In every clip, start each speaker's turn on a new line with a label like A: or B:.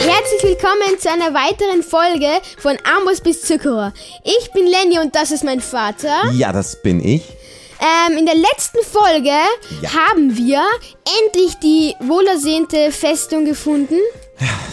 A: herzlich willkommen zu einer weiteren Folge von Ambos bis Zuckerrohr. Ich bin Lenny und das ist mein Vater.
B: Ja, das bin ich.
A: Ähm, in der letzten Folge haben wir endlich die wohlersehnte Festung gefunden.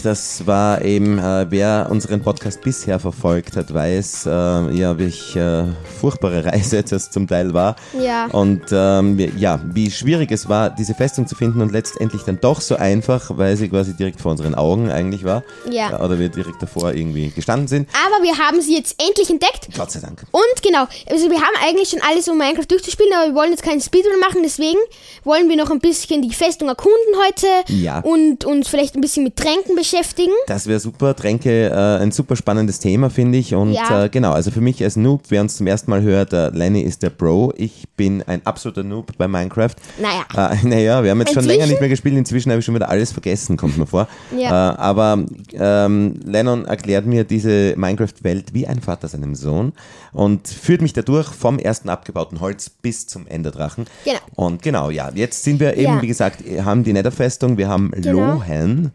B: Das war eben, äh, wer unseren Podcast bisher verfolgt hat, weiß, äh, ja, welche äh, furchtbare Reise das zum Teil war.
A: Ja.
B: Und ähm, wir- ja, wie schwierig es war, diese Festung zu finden und letztendlich dann doch so einfach, weil sie quasi direkt vor unseren Augen eigentlich war.
A: Ja.
B: Oder wir direkt davor irgendwie gestanden sind.
A: Aber wir haben sie jetzt endlich entdeckt.
B: Gott sei Dank.
A: Und genau, also wir haben eigentlich schon alles, um Minecraft durchzuspielen, aber wir wollen jetzt keinen Speedrun machen, deswegen wollen wir noch ein bisschen die Festung erkunden heute
B: Ja.
A: und uns vielleicht ein bisschen mit Tränken beschäftigen.
B: Das wäre super. Tränke, äh, ein super spannendes Thema, finde ich. Und
A: Ja.
B: äh, genau, also für mich als Noob, wer uns zum ersten Mal hört, äh, Lenny ist der Bro. Ich bin ein absoluter Noob bei Minecraft.
A: Naja.
B: Äh, naja, wir haben jetzt schon länger
A: Inzwischen-
B: nicht mehr gespielt. Inzwischen habe ich schon wieder alles vergessen, kommt mir vor.
A: Ja.
B: Äh, aber ähm, Lennon erklärt mir diese Minecraft-Welt wie ein Vater seinem Sohn und führt mich dadurch vom ersten abgebauten Holz bis zum Enderdrachen.
A: Genau.
B: Und genau, ja, jetzt sind wir eben,
A: Ja.
B: wie gesagt, haben die Netherfestung, wir haben
A: Genau.
B: Lohen.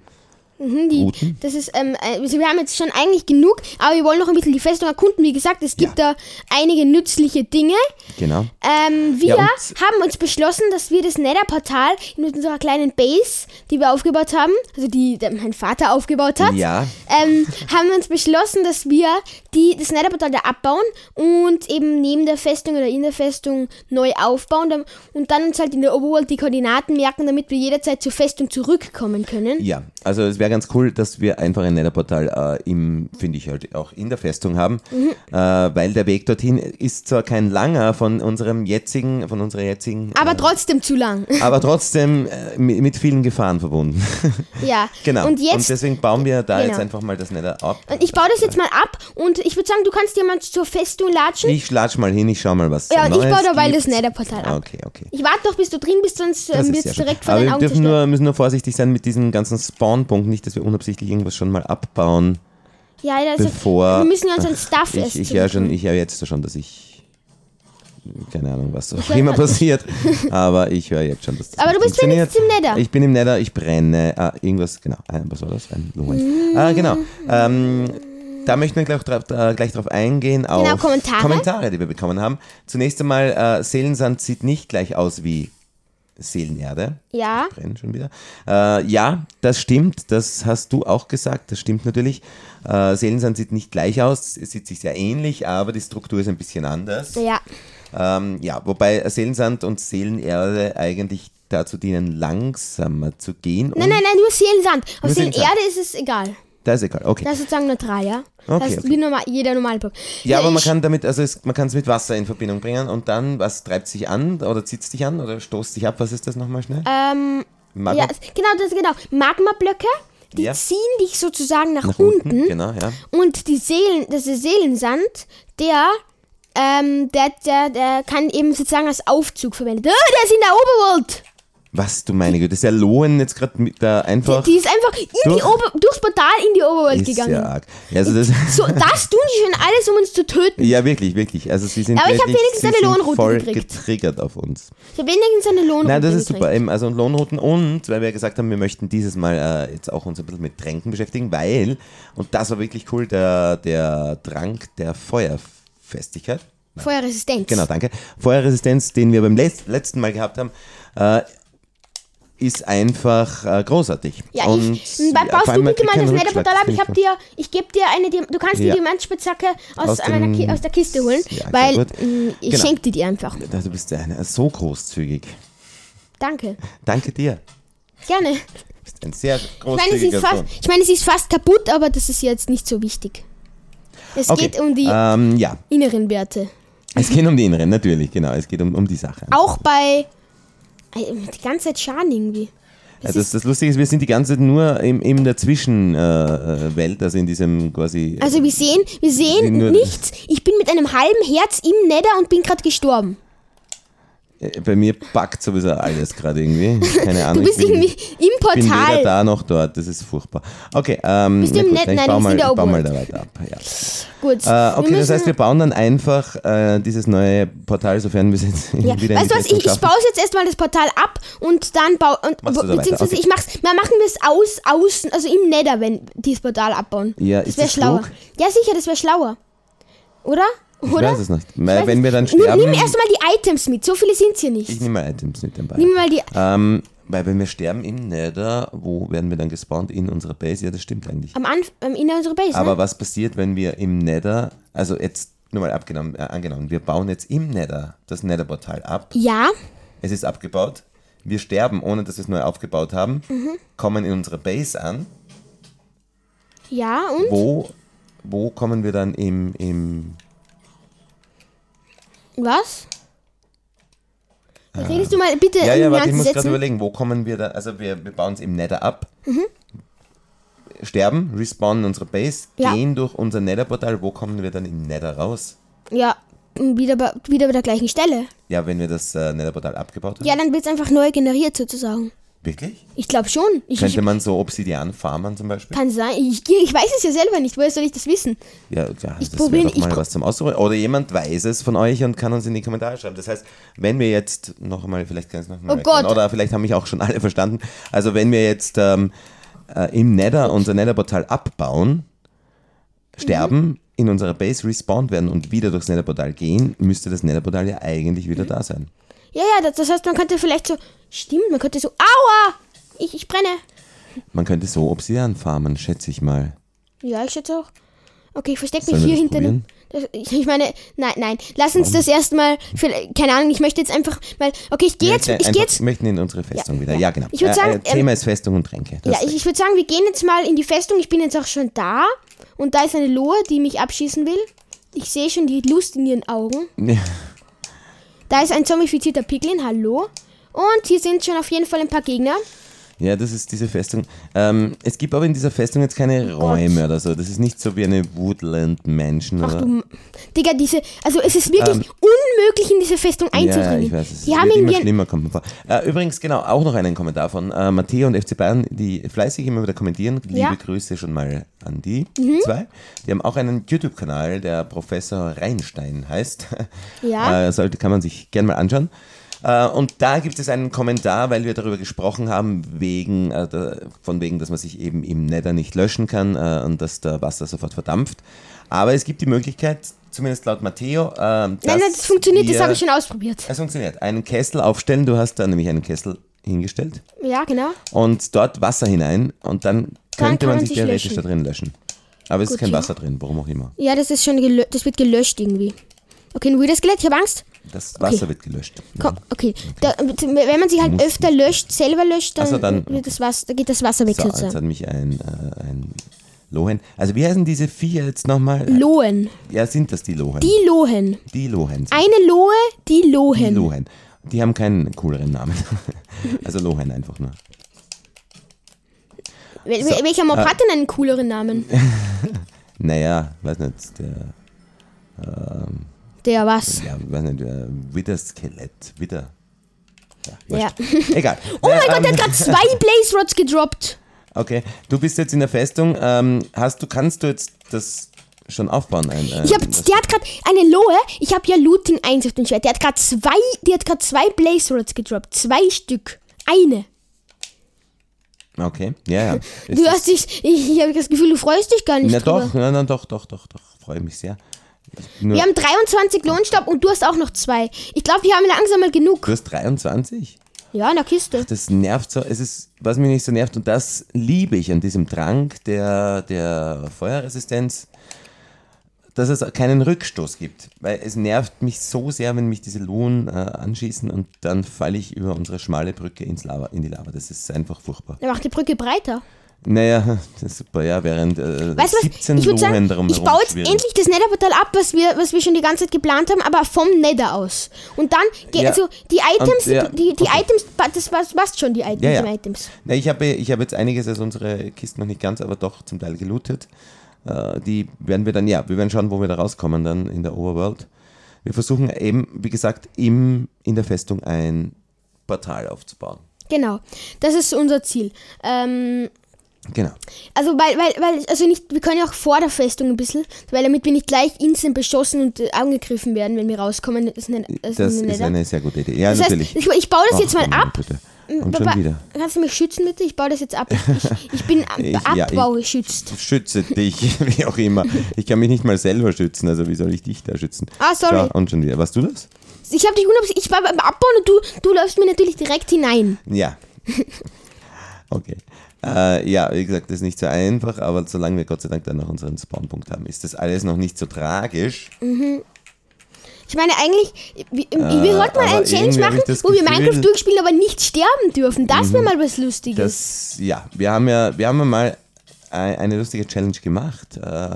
A: Die,
B: Routen.
A: das ist, ähm, also wir haben jetzt schon eigentlich genug, aber wir wollen noch ein bisschen die Festung erkunden. Wie gesagt, es gibt da einige nützliche Dinge.
B: Genau.
A: Ähm, wir
B: Ja, und-
A: haben uns beschlossen, dass wir das Nether-Portal in unserer kleinen Base, die wir aufgebaut haben, also die der mein Vater aufgebaut hat,
B: Ja.
A: ähm, haben wir uns beschlossen, dass wir die, das Nether-Portal da abbauen und eben neben der Festung oder in der Festung neu aufbauen dam- und dann uns halt in der Oberwelt die Koordinaten merken, damit wir jederzeit zur Festung zurückkommen können.
B: Ja, also es wäre ganz cool, dass wir einfach ein Netherportal äh, im, finde ich halt auch in der Festung haben,
A: Mhm.
B: äh, weil der Weg dorthin ist zwar kein langer von unserem jetzigen, von unserer jetzigen,
A: Aber trotzdem zu lang.
B: aber trotzdem äh, mi- mit vielen Gefahren verbunden.
A: ja.
B: genau.
A: Und jetzt. Und
B: deswegen bauen wir da jetzt
A: genau.
B: einfach mal das Nether ab.
A: ich baue das jetzt mal ab und ich würde sagen, du kannst dir mal zur Festung latschen.
B: Ich latsch mal hin, ich schau mal was.
A: ja, und ich
B: Neues
A: baue dabei das
B: gibt.
A: Nether-Portal ab.
B: Okay, okay.
A: Ich warte noch, bis du drin bist, sonst ähm,
B: ist
A: wird es
B: sehr
A: direkt von
B: schön. Aber
A: den
B: wir
A: Augen
B: dürfen
A: zerstört.
B: nur, müssen nur vorsichtig sein mit diesen ganzen Spawnpunkten, nicht, dass wir unabsichtlich irgendwas schon mal abbauen.
A: Ja, ja, also,
B: bevor-
A: wir müssen ja unseren Stuff
B: Ich,
A: essen.
B: ich höre schon, ich höre jetzt schon, dass ich keine Ahnung, was auch
A: hör
B: immer
A: grad-
B: passiert, aber ich höre jetzt schon, dass das
A: Aber du
B: nicht
A: bist wenigstens
B: funktioniert.
A: im Nether.
B: Ich bin im Nether, ich brenne. Ah, irgendwas, genau. Ein, was war das? Ein Lumen. Ah, genau. Ähm, da möchten wir gleich drauf, äh, gleich drauf eingehen auf
A: Genau, Kommentare.
B: Kommentare, die wir bekommen haben. Zunächst einmal, äh, Seelensand sieht nicht gleich aus wie Seelenerde.
A: Ja.
B: Ich brenne schon wieder. Äh, ja, das stimmt. Das hast du auch gesagt. Das stimmt natürlich. Äh, Seelensand sieht nicht gleich aus. Es sieht sich sehr ähnlich, aber die Struktur ist ein bisschen anders.
A: Ja,
B: Ähm, ja, wobei Seelensand und Seelenerde eigentlich dazu dienen, langsamer zu gehen.
A: nein, nein, nein, nur Seelensand. Auf
B: Nur Seelensand.
A: Seelenerde ist es egal.
B: Da ist egal. Okay.
A: Das ist sozusagen neutral, ja? das
B: Okay,
A: ist
B: okay.
A: wie normal, jeder normale Block.
B: ja, aber man
A: ich-
B: kann damit, also es, man kann es mit Wasser in Verbindung bringen und dann, was treibt sich an oder zieht es dich an oder stoßt dich ab? Was ist das nochmal schnell?
A: Ähm,
B: Magma-
A: ja, genau, das, genau. Magmablöcke, die
B: Ja.
A: ziehen dich sozusagen nach,
B: nach
A: unten.
B: Genau, ja.
A: Und die Seelen, das ist Seelensand, der, ähm, der, der, der kann eben sozusagen als Aufzug verwendet. Oh, der ist in der Oberwelt!
B: Was, du meine Güte, ist ja Lohen jetzt gerade mit da einfach.
A: Die ist einfach in die
B: Durch-
A: Ober durchs Portal in die Oberwelt
B: ist
A: gegangen.
B: ja arg. Ja, also das,
A: So, das tun die schon alles, um uns zu töten.
B: ja, wirklich, wirklich. Also sie sind
A: Aber ich hab
B: wirklich-
A: wenigstens
B: sie
A: eine
B: sind
A: Lohnroute
B: voll
A: gekriegt.
B: getriggert auf uns.
A: Ich habe wenigstens eine Lohnung.
B: Nein, das ist super. Eben, also und Lohnrouten und, weil wir ja gesagt haben, wir möchten dieses Mal äh, jetzt auch uns ein bisschen mit Tränken beschäftigen, weil, und das war wirklich cool, der, der Trank der Feuerfestigkeit.
A: Feuerresistenz.
B: Genau, danke. Feuerresistenz, den wir beim letz- letzten Mal gehabt haben, äh, ist einfach äh, großartig.
A: Ja,
B: und
A: ich, m, ba-
B: ja,
A: baust
B: vor
A: du
B: allem, man
A: bitte mal
B: kriegt
A: das
B: keinen
A: Netherportal ab.
B: Rückschlag,
A: Ich hab
B: finde
A: dir, ich gebe dir eine, Diam- du kannst die
B: Ja.
A: Diamantspitzhacke aus,
B: Aus
A: meiner
B: dem-
A: Ki aus der Kiste holen,
B: Ja,
A: weil
B: gut.
A: m, ich
B: Genau.
A: schenke dir die einfach.
B: ich- Du bist ja einer- so großzügig.
A: Danke.
B: Danke dir.
A: Gerne. Ich
B: Du bist ein sehr
A: meine, es
B: großzügiger
A: ist fast,
B: Sohn.
A: ich meine, es ist fast kaputt, aber das ist jetzt nicht so wichtig. Es
B: Okay.
A: geht um die
B: Ähm, ja,
A: inneren Werte.
B: es geht um die Inneren, natürlich, genau. Es geht um, um die Sache.
A: Auch bei äh, die ganze Zeit Schaden irgendwie. Es
B: Also
A: ist
B: das, das Lustige ist, wir sind die ganze Zeit nur im, in der Zwischenwelt, äh, Welt, also in diesem quasi.
A: Also wir sehen, wir sehen
B: nur-
A: nichts. Ich bin mit einem halben Herz im Nether und bin gerade gestorben.
B: Äh, Bei mir packt sowieso alles gerade irgendwie. Keine Ahnung.
A: Du bist
B: Ah, ich bin,
A: irgendwie im
B: bin weder
A: Portal.
B: da noch dort. Das ist furchtbar. Okay, ähm,
A: Bist du
B: na
A: im
B: gut,
A: Net-
B: dann
A: Nein,
B: ich
A: du
B: bau
A: bist
B: mal,
A: in der
B: ich bau mal
A: Oberwelt.
B: da weiter ab. Ja.
A: Gut.
B: Äh, okay,
A: Wir
B: das heißt,
A: müssen-
B: wir bauen dann einfach äh, dieses neue Portal, sofern wir es jetzt
A: ja.
B: wieder in
A: Weißt
B: die
A: du was,
B: Festung
A: ich, ich
B: schaffen.
A: baue jetzt erstmal das Portal ab und dann baue und
B: Machst du da weiter,
A: beziehungsweise
B: okay.
A: ich mach's, wir machen das aus außen, also im Nether, wenn dieses Portal abbauen.
B: Ja,
A: das
B: ist
A: wäre
B: das
A: schlauer.
B: klug?
A: Ja, sicher, das wäre schlauer. Oder?
B: Ich
A: Oder?
B: weiß es nicht. Weil,
A: weiß
B: wenn
A: es-
B: wir dann
A: Nun,
B: sterben,
A: Nimm erstmal die Items mit, so viele sind's hier nicht.
B: ich nehme mal Items mit dabei.
A: Nimm mal die
B: Ähm, weil wenn wir sterben im Nether, wo werden wir dann gespawnt? In unserer Base? Ja, das stimmt eigentlich.
A: am Anfang am in unserer Base,
B: Aber
A: ne?
B: was passiert, wenn wir im Nether, also jetzt nur mal abgenommen, äh, angenommen, wir bauen jetzt im Nether das Nether-Portal ab.
A: Ja.
B: Es ist abgebaut. Wir sterben, ohne dass wir es neu aufgebaut haben, kommen in unsere Base an.
A: Ja, und
B: Wo, wo kommen wir dann im, im
A: was? Redest du mal bitte
B: Ah.
A: um
B: Ja,
A: in
B: ja, warte, ich
A: ganzen
B: muss gerade
A: Sätzen?
B: überlegen, wo kommen wir da? Also wir, wir bauen es im Nether ab, sterben, respawnen unsere Base,
A: Ja.
B: gehen durch unser Nether-Portal, wo kommen wir dann im Nether raus?
A: Ja, wieder bei, wieder bei der gleichen Stelle.
B: Ja, wenn wir das äh, Nether-Portal abgebaut haben.
A: Ja, dann wird's einfach neu generiert sozusagen.
B: Wirklich?
A: Ich glaube schon. Ich, ich
B: Könnte man so Obsidian farmen zum Beispiel?
A: kann sein. Ich, ich weiß es ja selber nicht. Woher soll ich das wissen?
B: Ja, ja das
A: probier-
B: wäre doch
A: ich
B: mal
A: ko-
B: was zum Ausprobieren. Oder jemand weiß es von euch und kann uns in die Kommentare schreiben. Das heißt, wenn wir jetzt noch einmal, vielleicht kann ich es noch einmal
A: Oh Gott.
B: oder vielleicht haben mich auch schon alle verstanden. Also wenn wir jetzt ähm, äh, im Nether unser Nether-Portal abbauen,
A: Mhm.
B: sterben, in unserer Base respawned werden und wieder durchs Nether-Portal gehen, müsste das Nether-Portal ja eigentlich
A: Mhm.
B: wieder da sein.
A: Ja, ja, das, das heißt, man könnte vielleicht so. Stimmt, man könnte so. Aua! Ich, ich brenne.
B: Man könnte so Obsidian farmen, schätze ich mal.
A: Ja, ich schätze auch. Okay, ich verstecke
B: Sollen
A: mich
B: wir
A: hier
B: das
A: hinter dem. Das, ich, ich meine, nein, nein. Lass uns das erstmal. vielleicht- Keine Ahnung, ich möchte jetzt einfach mal. Okay, ich gehe jetzt.
B: Wir
A: Ich
B: Äh, einfach-
A: gehe jetzt.
B: möchten in unsere Festung wieder.
A: ja.
B: Ja, genau.
A: Ich würd sagen, ähm,
B: Thema ist Festung und Tränke. Das
A: Ja, ich, ich würde sagen, wir gehen jetzt mal in die Festung. Ich bin jetzt auch schon da. Und da ist eine Lohe, die mich abschießen will. Ich sehe schon die Lust in ihren Augen. Da ist ein zombifizierter Piglin, hallo. Und hier sind schon auf jeden Fall ein paar Gegner.
B: Ja, das ist diese Festung. Ähm, es gibt aber in dieser Festung jetzt
A: Oh
B: keine Räume oder so. Das ist nicht so wie eine Woodland Mansion
A: Ach
B: oder.
A: du, M- Digga, diese, also es ist wirklich unmöglich, in diese Festung einzudringen.
B: Ähm, ja, ich weiß, es
A: Die
B: wird
A: haben
B: immer
A: irgendwie,
B: schlimmer, kommt mir vor. Äh, übrigens, genau, auch noch einen Kommentar von äh, Matteo und FC Bayern, die fleißig immer wieder kommentieren. Liebe
A: Ja. Mhm.
B: Grüße schon mal an die zwei. Die haben auch einen YouTube-Kanal, der Professor Reinstein heißt.
A: Ja.
B: Äh, sollte, kann man sich gerne mal anschauen. Äh, Und da gibt es einen Kommentar, weil wir darüber gesprochen haben, wegen, äh, da- von wegen, dass man sich eben im Nether nicht löschen kann äh, und dass der Wasser sofort verdampft. Aber es gibt die Möglichkeit, zumindest laut Matteo, äh, Nein,
A: nein, nein, das funktioniert, das habe ich schon ausprobiert.
B: es funktioniert. Einen Kessel aufstellen, du hast da nämlich einen Kessel hingestellt
A: Ja, genau.
B: und dort Wasser hinein und dann könnte
A: kann
B: man
A: man
B: sich
A: sich
B: theoretisch
A: löschen.
B: da drin löschen. Aber es ist
A: Gut,
B: kein
A: ja.
B: Wasser drin, warum auch immer.
A: Ja, das ist schon, gelö das wird gelöscht irgendwie. Okay, ein weirdes Skelett, ich habe Angst.
B: Das Wasser wird gelöscht.
A: Komm, okay. Da, wenn man sich halt öfter löscht, selber löscht, dann,
B: Ach so, dann-
A: wird das Wasser, geht das Wasser weg
B: So, also jetzt
A: sozusagen.
B: hat mich ein, äh, ein Lohen. Also wie heißen diese vier jetzt nochmal?
A: Lohen.
B: Ja, sind das die
A: Hm.
B: Lohen?
A: Die Lohen.
B: Die Lohen. sind
A: Eine Lohe, die
B: Die
A: Lohen.
B: Lohen. Die haben keinen cooleren Namen. Also Lohen einfach nur.
A: Wel wel- Welcher Mob
B: äh.
A: hat denn einen cooleren Namen?
B: Naja, weiß nicht, der,
A: Der was?
B: ja, weiß nicht, äh, Widerskelett, Widder.
A: Ja.
B: Egal.
A: Oh mein Gott, der hat
B: ähm,
A: gerade zwei Blaze Rods gedroppt.
B: Okay, du bist jetzt in der Festung. Ähm, hast du, kannst du jetzt das schon aufbauen? Ein, ähm, ein,
A: Ich hab, der hat gerade eine Lohe. Ich habe ja Looting 1 auf dem Schwert. Der hat gerade zwei, die hat gerade zwei Blaze Rods gedroppt. Zwei Stück. Eine.
B: okay, ja, ja. Ist
A: Du
B: das-
A: hast dich, ich, ich habe das Gefühl, du freust dich gar nicht
B: na
A: drüber.
B: doch, na, na doch, doch, doch, doch. Freue mich sehr. Ich bin Nur,
A: Wir haben 23 Lohnstaub und du hast auch noch zwei. Ich glaube, wir haben langsam mal genug.
B: du hast 23?
A: Ja, in der Kiste.
B: Das nervt so. Es ist, was mich nicht so nervt, und das liebe ich an diesem Drang der, der Feuerresistenz, dass es keinen Rückstoß gibt. Weil es nervt mich so sehr, wenn mich diese Lohn äh, anschießen und dann falle ich über unsere schmale Brücke ins Lava, in die Lava. Das ist einfach furchtbar.
A: Er macht die Brücke breiter.
B: Naja, das ist super, ja, während äh, um
A: Weißt du was?
B: 17
A: Ich würde sagen,
B: Lohen drum
A: ich baue jetzt
B: herumschwirren.
A: endlich das Netherportal ab, was wir, was wir schon die ganze Zeit geplant haben, aber vom Nether aus. Und dann, ge-
B: Ja.
A: also die Items,
B: Und, ja,
A: die, die Items, pa- das passt, passt schon, die Items.
B: Ja, ja.
A: die Items.
B: Na, ich habe ich hab jetzt einiges, also unsere Kisten noch nicht ganz, aber doch zum Teil gelootet. Äh, die werden wir dann, ja, wir werden schauen, wo wir da rauskommen dann in der Overworld. Wir versuchen eben, wie gesagt, im, in der Festung ein Portal aufzubauen.
A: Genau. Das ist unser Ziel. Ähm,
B: Genau.
A: also weil, weil, weil, also nicht, wir können ja auch vor der Festung ein bisschen, weil damit wir nicht gleich instant beschossen und äh, angegriffen werden, wenn wir rauskommen. Das ist eine,
B: Das,
A: eine
B: ist
A: nette-
B: eine sehr gute Idee. Ja,
A: das heißt,
B: natürlich.
A: ich, ich baue das
B: Ach,
A: jetzt mal
B: Mann,
A: ab.
B: bitte. Und
A: Papa,
B: schon wieder.
A: Kannst du mich schützen, bitte? Ich baue das jetzt ab. Ich, ich, ich bin ab,
B: Ich- ja, ich-
A: abbaugeschützt.
B: Schütze dich, wie auch immer. Ich kann mich nicht mal selber schützen, also wie soll ich dich da schützen?
A: Ah, sorry.
B: Schau, und schon wieder. Warst du das?
A: Ich, habe dich unabsichtlich. Ich war beim Abbauen und du, du läufst mir natürlich direkt hinein.
B: Ja. Okay. Äh, ja, wie gesagt, das ist nicht so einfach, aber solange wir Gott sei Dank dann noch unseren Spawnpunkt haben, ist das alles noch nicht so tragisch.
A: Ich meine, eigentlich, wir, wir sollten mal
B: Äh, aber
A: einen Challenge
B: irgendwie hab
A: machen,
B: ich das
A: wo wir
B: Gefühl- Mhm.
A: Minecraft durchspielen, aber nicht sterben dürfen. Das wäre mal was Lustiges.
B: Das, ja, wir haben ja, wir haben ja mal ein- eine lustige Challenge gemacht, äh,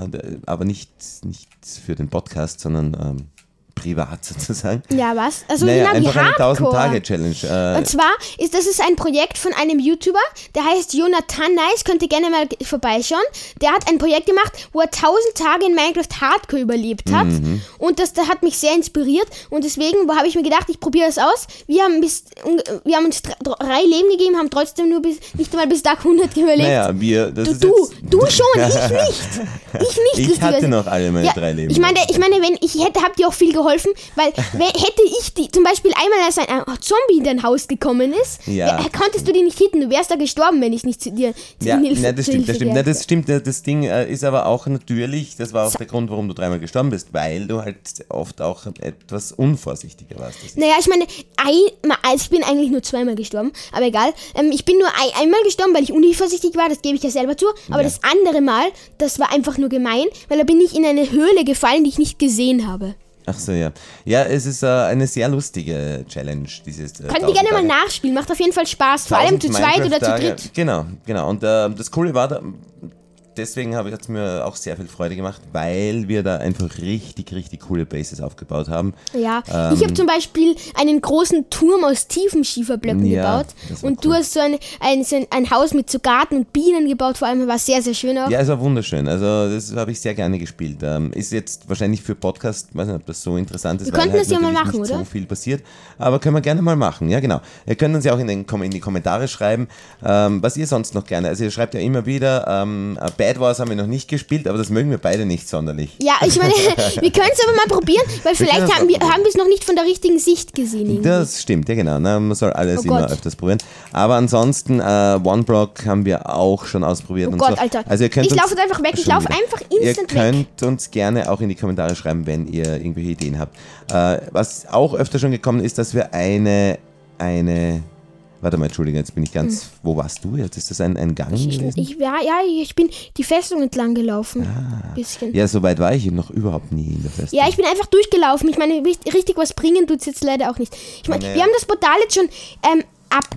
B: aber nicht, nicht für den Podcast, sondern ähm, privat sozusagen.
A: ja, was? Also, genau,
B: naja,
A: wie
B: einfach eine
A: Hardcore.
B: 1000-Tage-Challenge. Äh,
A: Und zwar ist das ist ein Projekt von einem YouTuber, der heißt Jonathan Nice, könnt ihr gerne mal g- vorbeischauen. Der hat ein Projekt gemacht, wo er 1000 Tage in Minecraft Hardcore überlebt hat.
B: Mhm.
A: Und das, das hat mich sehr inspiriert. Und deswegen wo habe ich mir gedacht, ich probiere das aus. Wir haben, bis, un- wir haben uns dr- drei Leben gegeben, haben trotzdem nur bis, nicht einmal bis Tag 100 überlebt.
B: naja, wir, das
A: Du,
B: ist
A: du,
B: jetzt,
A: du schon, ich nicht. Ich nicht,
B: Ich
A: lustigerweise.
B: hatte noch alle meine drei Leben.
A: Ich meine, ich meine, wenn ich hätte, habt ihr auch viel geholfen, weil wenn, hätte ich die, zum Beispiel einmal, als ein ein Zombie in dein Haus gekommen ist,
B: Ja.
A: äh, konntest du die nicht hitten. Du wärst da gestorben, wenn ich nicht zu dir zu
B: ja,
A: Hilfe,
B: nein, das
A: zu
B: stimmt,
A: Hilfe
B: das stimmt.
A: wäre.
B: Nein, das stimmt. äh, Das Ding äh, ist aber auch natürlich, das war auch der Grund, warum du dreimal gestorben bist, weil du halt oft auch etwas unvorsichtiger warst. Das-
A: Naja, ich meine, einmal, also ich bin eigentlich nur zweimal gestorben, aber egal. Ähm, ich bin nur ein, einmal gestorben, weil ich unvorsichtig war, das gebe ich ja selber zu. Aber
B: Ja.
A: das andere Mal, das war einfach nur gemein, weil da bin ich in eine Höhle gefallen, die ich nicht gesehen habe.
B: Ach so, ja. Ja, es ist äh, eine sehr lustige Challenge, dieses. Äh,
A: Könnt ihr gerne mal
B: 1000 Tage-
A: nachspielen, macht auf jeden Fall Spaß, vor allem zu
B: 1000
A: zweit oder zu
B: Minecraft-Tage.
A: dritt.
B: Genau, genau. Und äh, das Coole war, da, deswegen habe es mir auch sehr viel Freude gemacht, weil wir da einfach richtig, richtig coole Bases aufgebaut haben.
A: Ja, ich
B: Ähm.
A: habe zum Beispiel einen großen Turm aus tiefen Schieferblöcken
B: Ja,
A: gebaut
B: das war
A: und du
B: cool.
A: hast so ein, ein, so ein, ein Haus mit so Garten und Bienen gebaut, vor allem war es sehr, sehr schön auch.
B: Ja, es war wunderschön. Also das habe ich sehr gerne gespielt. Ähm, ist jetzt wahrscheinlich für Podcast, weiß nicht, ob das so interessant ist,
A: Wir
B: weil
A: könnten
B: halt
A: das ja mal
B: natürlich
A: machen,
B: nicht
A: oder?
B: so viel passiert. Aber können wir gerne mal machen, ja genau. Ihr könnt uns ja auch in, den, Kom- in die Kommentare schreiben, ähm, was ihr sonst noch gerne. Also ihr schreibt ja immer wieder, ähm, Bad Wars haben wir noch nicht gespielt, aber das mögen wir beide nicht sonderlich.
A: Ja, ich meine, wir können es aber mal probieren, weil
B: können
A: vielleicht
B: es
A: haben
B: auch
A: wir
B: probieren.
A: haben wir es noch nicht von der richtigen Sicht gesehen. irgendwie.
B: Das stimmt, ja genau. Na, man soll alles
A: Oh
B: immer
A: Gott.
B: öfters probieren. Aber ansonsten, äh, One Block haben wir auch schon ausprobiert.
A: Oh
B: und
A: Gott,
B: so.
A: Alter.
B: Also ihr könnt
A: Ich
B: uns-
A: laufe jetzt einfach weg. Ich
B: Schon
A: laufe
B: wieder.
A: einfach
B: Ihr
A: instant weg.
B: könnt uns gerne auch in die Kommentare schreiben, wenn ihr irgendwelche Ideen habt. Äh, was auch öfter schon gekommen ist, dass wir eine, eine, warte mal, Entschuldigung, jetzt bin ich ganz, wo warst du jetzt? Ist das ein, ein Gang gewesen?
A: Hm. Ich, ja, ja, ich bin die Festung entlang gelaufen. bisschen. Ja.
B: Ah. ja, so weit war ich eben noch überhaupt nie in der Festung.
A: ich bin einfach durchgelaufen. Ich meine, richt- richtig was bringen tut es jetzt leider auch nicht. Ich meine,
B: Nee.
A: wir haben das Portal jetzt schon ähm,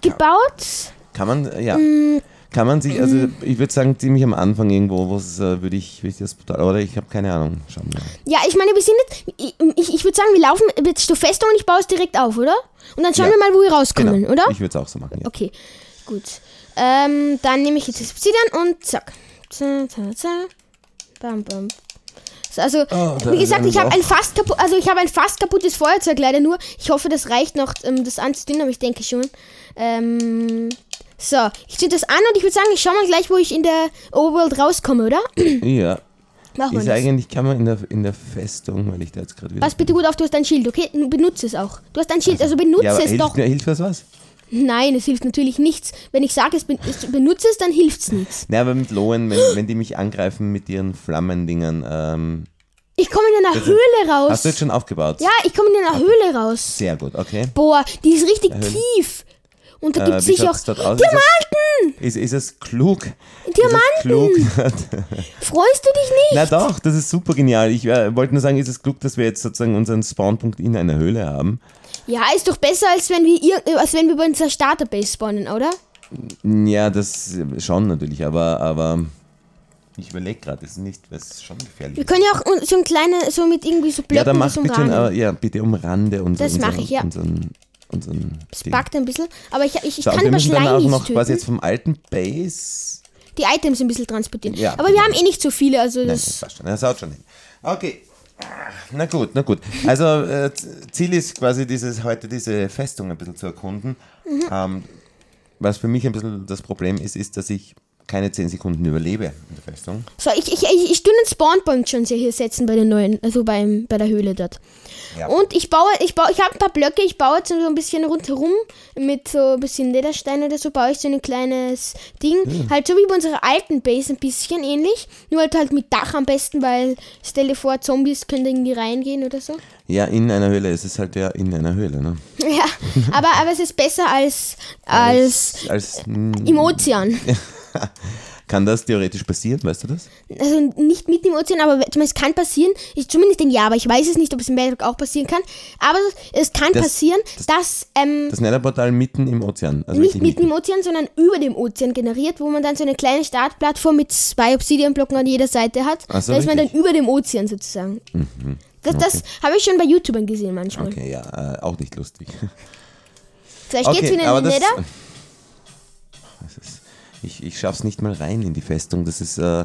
A: abgebaut.
B: Kann man, äh, ja.
A: Mm.
B: Kann man sich, also ich würde sagen, ziemlich am Anfang irgendwo, wo es, äh, würde ich, würde ich das total, oder ich habe keine Ahnung, schauen wir mal.
A: Ja, ich meine, wir sind jetzt. Ich, ich, ich würde sagen, wir laufen jetzt zur Festung und ich baue es direkt auf, oder? Und dann schauen
B: Ja.
A: wir mal, wo wir rauskommen, oder?
B: Genau. Ich würde es auch so machen, ja.
A: Okay, gut. Ähm, dann nehme ich jetzt das Obsidian und zack. Za, za, za. Bam, bam. So, also,
B: Oh, da
A: wie
B: ist
A: gesagt,
B: ein
A: ich habe
B: Loch.
A: ein fast kaputt, also ich habe ein fast kaputtes Feuerzeug leider nur. Ich hoffe, das reicht noch, ähm, das anzuzünden, aber ich denke schon. Ähm, so, ich zünde das an und ich würde sagen, ich schaue mal gleich, wo ich in der Overworld rauskomme, oder?
B: Ja,
A: Machen wir
B: ist
A: das.
B: eigentlich, kann man in der, in der Festung, weil ich da jetzt gerade wieder...
A: Pass bitte gut auf, du hast dein Schild, okay? N- Benutze es auch. Du hast dein Schild, also benutze
B: ja, aber
A: es
B: hilft,
A: doch.
B: mir- hilft das was?
A: Nein, es hilft natürlich nichts. Wenn ich sage, es ben es benutze es, dann hilft es nichts.
B: Na, aber mit Lohen, wenn, wenn die mich angreifen mit ihren Flammendingern, ähm,
A: Ich komme in einer Höhle raus.
B: hast du jetzt schon aufgebaut?
A: ja, ich komme in einer Höhle raus.
B: Sehr gut, okay.
A: Boah, die ist richtig tief. Und da
B: Äh,
A: gibt es
B: wie
A: sicher
B: schaut
A: auch
B: es dort aus?
A: Diamanten!
B: Ist es, ist, ist es klug?
A: Diamanten!
B: Ist es klug?
A: Freust du dich nicht?
B: Na doch, das ist super genial. Ich äh, wollte nur sagen, ist es klug, dass wir jetzt sozusagen unseren Spawnpunkt in einer Höhle haben.
A: Ja, ist doch besser, als wenn wir, ir- als wenn wir bei unserer Starterbase spawnen, oder?
B: Ja, das schon natürlich, aber, aber ich überlege gerade, es ist nicht, weil es schon gefährlich
A: Wir
B: ist.
A: können ja auch un- so ein kleines, so mit irgendwie so Blöcken
B: Ja, dann
A: die
B: mach
A: so
B: bitte,
A: umrahmen.
B: äh, ja, bitte umrande unser,
A: Das mach
B: unseren-
A: ich, ja.
B: unseren, unseren Ding.
A: Backt ein bisschen. Aber ich, ich, ich
B: So,
A: kann
B: wir
A: aber
B: müssen dann auch
A: Schleim
B: noch
A: töten.
B: was jetzt vom alten Base.
A: die Items ein bisschen transportieren.
B: Ja. genau.
A: Aber wir haben eh nicht so viele, also
B: Nein,
A: das.
B: das passt schon, das haut schon hin. Okay. Ah, Na gut, na gut. Also äh, Z- Ziel ist quasi dieses, heute diese Festung ein bisschen zu erkunden.
A: Mhm.
B: Ähm, was für mich ein bisschen das Problem ist, ist, dass ich keine 10 Sekunden überlebe in der Festung.
A: So, ich, ich, ich, ich tue einen Spawnpunkt schon sehr hier setzen bei den neuen, also beim, bei der Höhle dort.
B: Ja.
A: Und ich baue, ich baue, ich habe ein paar Blöcke, ich baue jetzt so ein bisschen rundherum mit so ein bisschen Lederstein oder so, baue ich so ein kleines Ding.
B: Hm.
A: Halt so wie bei unserer alten Base ein bisschen ähnlich, nur halt halt mit Dach am besten, weil stell dir vor, Zombies können da irgendwie reingehen oder so.
B: ja, in einer Höhle. Es ist halt ja in einer Höhle. Ne?
A: Ja, aber, aber es ist besser als, als
B: als mm,
A: im Ozean.
B: kann das theoretisch passieren, weißt du das?
A: also nicht mitten im Ozean, aber zum Beispiel, es kann passieren, ich, zumindest in Ja, aber ich weiß es nicht, ob es in Bedrock auch passieren kann, aber es kann
B: Das-
A: passieren, dass ähm,
B: Das Netherportal mitten im Ozean. Also
A: nicht
B: wirklich
A: mitten im Ozean, sondern über dem Ozean generiert, wo man dann so eine kleine Startplattform mit zwei Obsidian-Blocken an jeder Seite hat.
B: Ach so,
A: da ist man dann
B: richtig. Mhm.
A: über dem Ozean sozusagen. Das, das habe ich schon bei YouTubern gesehen manchmal.
B: Okay, ja, äh, auch nicht lustig.
A: Vielleicht geht's wieder in den Nether.
B: Das ist, ich, ich schaff's nicht mal rein in die Festung. Das ist äh,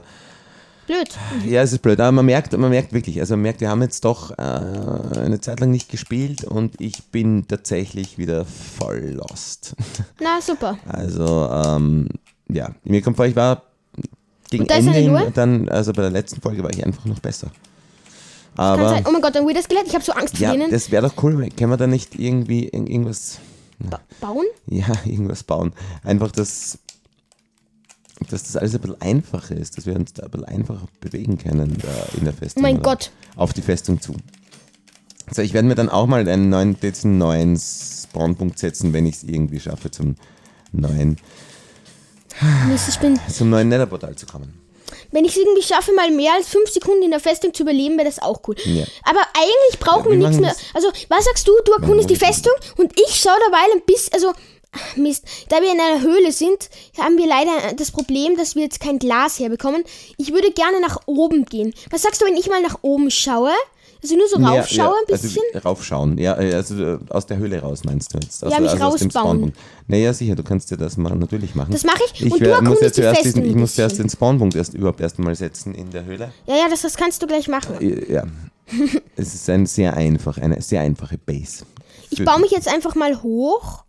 A: Blöd.
B: ja, es ist blöd. Aber man merkt, man merkt wirklich. Also man merkt, wir haben jetzt doch äh, eine Zeit lang nicht gespielt und ich bin tatsächlich wieder voll lost.
A: Na, super.
B: Also ähm, ja, mir kommt vor, ich war gegen
A: Und da ist
B: Ende
A: eine
B: hin,
A: Lure?
B: dann, also bei der letzten Folge war ich einfach noch besser.
A: Kann oh,
B: Aber
A: sein. Oh mein Gott, ein Wither Skelett, ich habe so Angst vor
B: ja,
A: denen.
B: das wäre doch cool. Können wir da nicht irgendwie in- irgendwas
A: Ba bauen?
B: ja, irgendwas bauen. Einfach, dass, dass das alles ein bisschen einfacher ist, dass wir uns da ein bisschen einfacher bewegen können da in der Festung.
A: Oh mein
B: oder
A: Gott.
B: Auf die Festung zu. So, ich werde mir dann auch mal einen neuen, diesen neuen Spawnpunkt setzen, wenn ich es irgendwie schaffe, zum neuen,
A: Mist, ich bin
B: zum neuen Netherportal zu kommen.
A: Wenn ich es irgendwie schaffe, mal mehr als fünf Sekunden in der Festung zu überleben, wäre das auch cool.
B: Ja.
A: Aber eigentlich brauchen wir
B: Ja, wir
A: nichts
B: machen
A: mehr.
B: das.
A: Also, was sagst du? Du erkundest die
B: machen
A: Festung und ich schaue dabei ein bisschen. Also, ach, Mist. Da wir in einer Höhle sind, haben wir leider das Problem, dass wir jetzt kein Glas herbekommen. Ich würde gerne nach oben gehen. Was sagst du, wenn ich mal nach oben schaue? Also nur so raufschaue ein bisschen?
B: Also, raufschauen, ja, äh, also äh, aus der Höhle raus meinst du jetzt. Also,
A: mich
B: also aus dem
A: rausbauen.
B: Spawnpunkt. Naja, sicher, du kannst dir das mal natürlich machen.
A: Das mache ich. Und du
B: wär- muss ja
A: erkundest die
B: zuerst
A: Festung
B: diesen, ich
A: ein
B: muss zuerst
A: bisschen.
B: den Spawnpunkt erst überhaupt erstmal setzen in der Höhle.
A: ja, ja, das, das kannst du gleich machen.
B: Ja. es ist ein sehr einfach, eine sehr einfache Base.
A: Ich baue mich jetzt einfach mal hoch.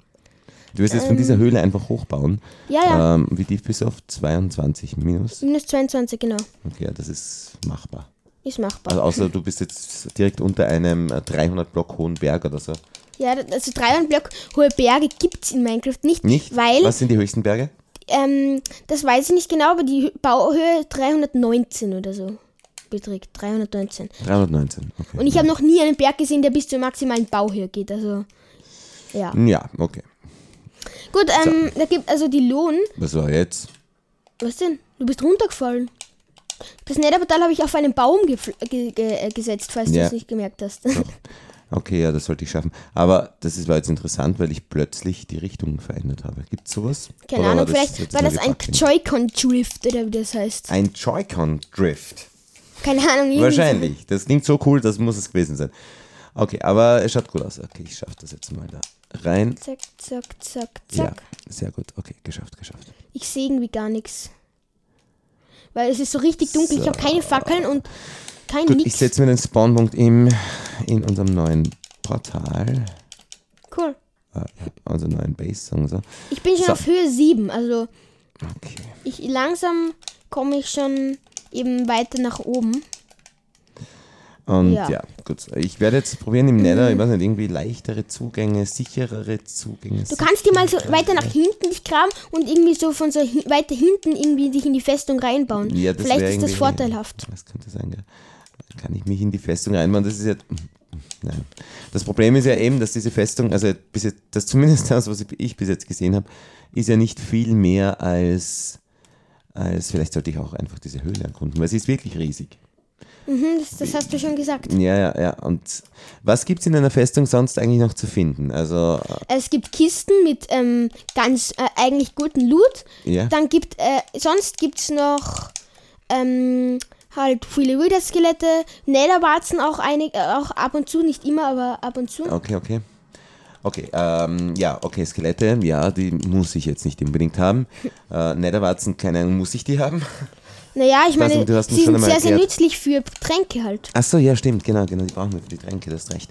B: Du wirst jetzt von dieser Höhle einfach hochbauen.
A: Ähm. Ja, ja.
B: Ähm, wie tief bist du auf 22 minus?
A: Minus 22, genau.
B: Okay, ja, das ist machbar.
A: Ist machbar.
B: Also außer du bist jetzt direkt unter einem äh, 300 Block hohen Berg oder so.
A: Ja, also 300 Block hohe Berge gibt's in Minecraft nicht,
B: Nicht?
A: weil,
B: Was sind die höchsten Berge?
A: ähm, das weiß ich nicht genau, aber die Hö- Bauhöhe 319 oder so beträgt. 319.
B: 319. Okay.
A: Und ich habe noch nie einen Berg gesehen, der bis zur maximalen Bauhöhe geht, also, ja.
B: ja, okay.
A: Gut, ähm, da gibt also die Lohn,
B: Was war jetzt?
A: was denn? Du bist runtergefallen. Das Netherportal habe ich auf einen Baum gefl- ge ge äh, gesetzt, falls du
B: Ja.
A: es nicht gemerkt hast.
B: Okay, ja, das sollte ich schaffen. Aber das ist, war jetzt interessant, weil ich plötzlich die Richtung verändert habe. Gibt's sowas?
A: Keine
B: Oder war
A: Ahnung,
B: das
A: vielleicht
B: jetzt
A: war
B: nur
A: das ein
B: gepackt?
A: Joy-Con-Drift oder wie das heißt.
B: Ein Joy-Con-Drift.
A: Keine Ahnung, irgendwie so.
B: Wahrscheinlich. Das klingt so cool, das muss es gewesen sein. Okay, aber es schaut gut aus. Okay, ich schaffe das jetzt mal da rein.
A: Zack, zack, zack,
B: Ja,
A: zack.
B: sehr gut. Okay, geschafft, geschafft.
A: Ich sehe irgendwie gar nichts. Weil es ist so richtig dunkel. Ich habe keine Fackeln und kein
B: Gut, ich
A: nix.
B: setze mir den Spawnpunkt im, in unserem neuen Portal,
A: Cool.
B: äh, ja, unserer neuen Base, sagen wir so.
A: Ich bin schon
B: So.
A: auf Höhe 7. Also
B: Okay.
A: ich langsam komme ich schon eben weiter nach oben.
B: Und
A: Ja. Mhm.
B: ja. gut. Ich werde jetzt probieren im Nether, ich weiß nicht, irgendwie leichtere Zugänge, sicherere Zugänge.
A: Du kannst dir mal so weiter nach hinten dich graben und irgendwie so von so hin weiter hinten irgendwie dich in die Festung reinbauen.
B: Ja, das
A: Vielleicht
B: wär
A: ist das
B: irgendwie-
A: vorteilhaft.
B: Das könnte sein, gell? Kann ich mich in die Festung reinbauen? Das ist ja. Nein. Das Problem ist ja eben, dass diese Festung, also bis jetzt, das zumindest das, was ich bis jetzt gesehen habe, ist ja nicht viel mehr als, als vielleicht sollte ich auch einfach diese Höhle erkunden, weil sie ist wirklich riesig.
A: Hm, das, das hast du schon gesagt.
B: Ja, ja, ja. Und was gibt es in einer Festung sonst eigentlich noch zu finden? Also,
A: Es gibt Kisten mit ähm, ganz äh, eigentlich guten Loot.
B: ja.
A: Dann gibt äh, sonst gibt's noch ähm, halt viele Wither-Skelette, Netherwarzen auch einig, äh, auch ab und zu, nicht immer, aber ab und zu.
B: Okay, okay. Okay, ähm, ja, okay, Skelette, ja, die muss ich jetzt nicht unbedingt haben. Äh, Netherwarzen, keine Ahnung, muss ich die haben?
A: Naja, ich
B: Ich weiß
A: meine,
B: nicht, du hast mir
A: sie
B: schon
A: sind
B: einmal
A: sehr, sehr
B: erklärt.
A: nützlich für Tränke halt.
B: Ach so, ja, stimmt, genau, genau, die brauchen wir für die Tränke, das recht.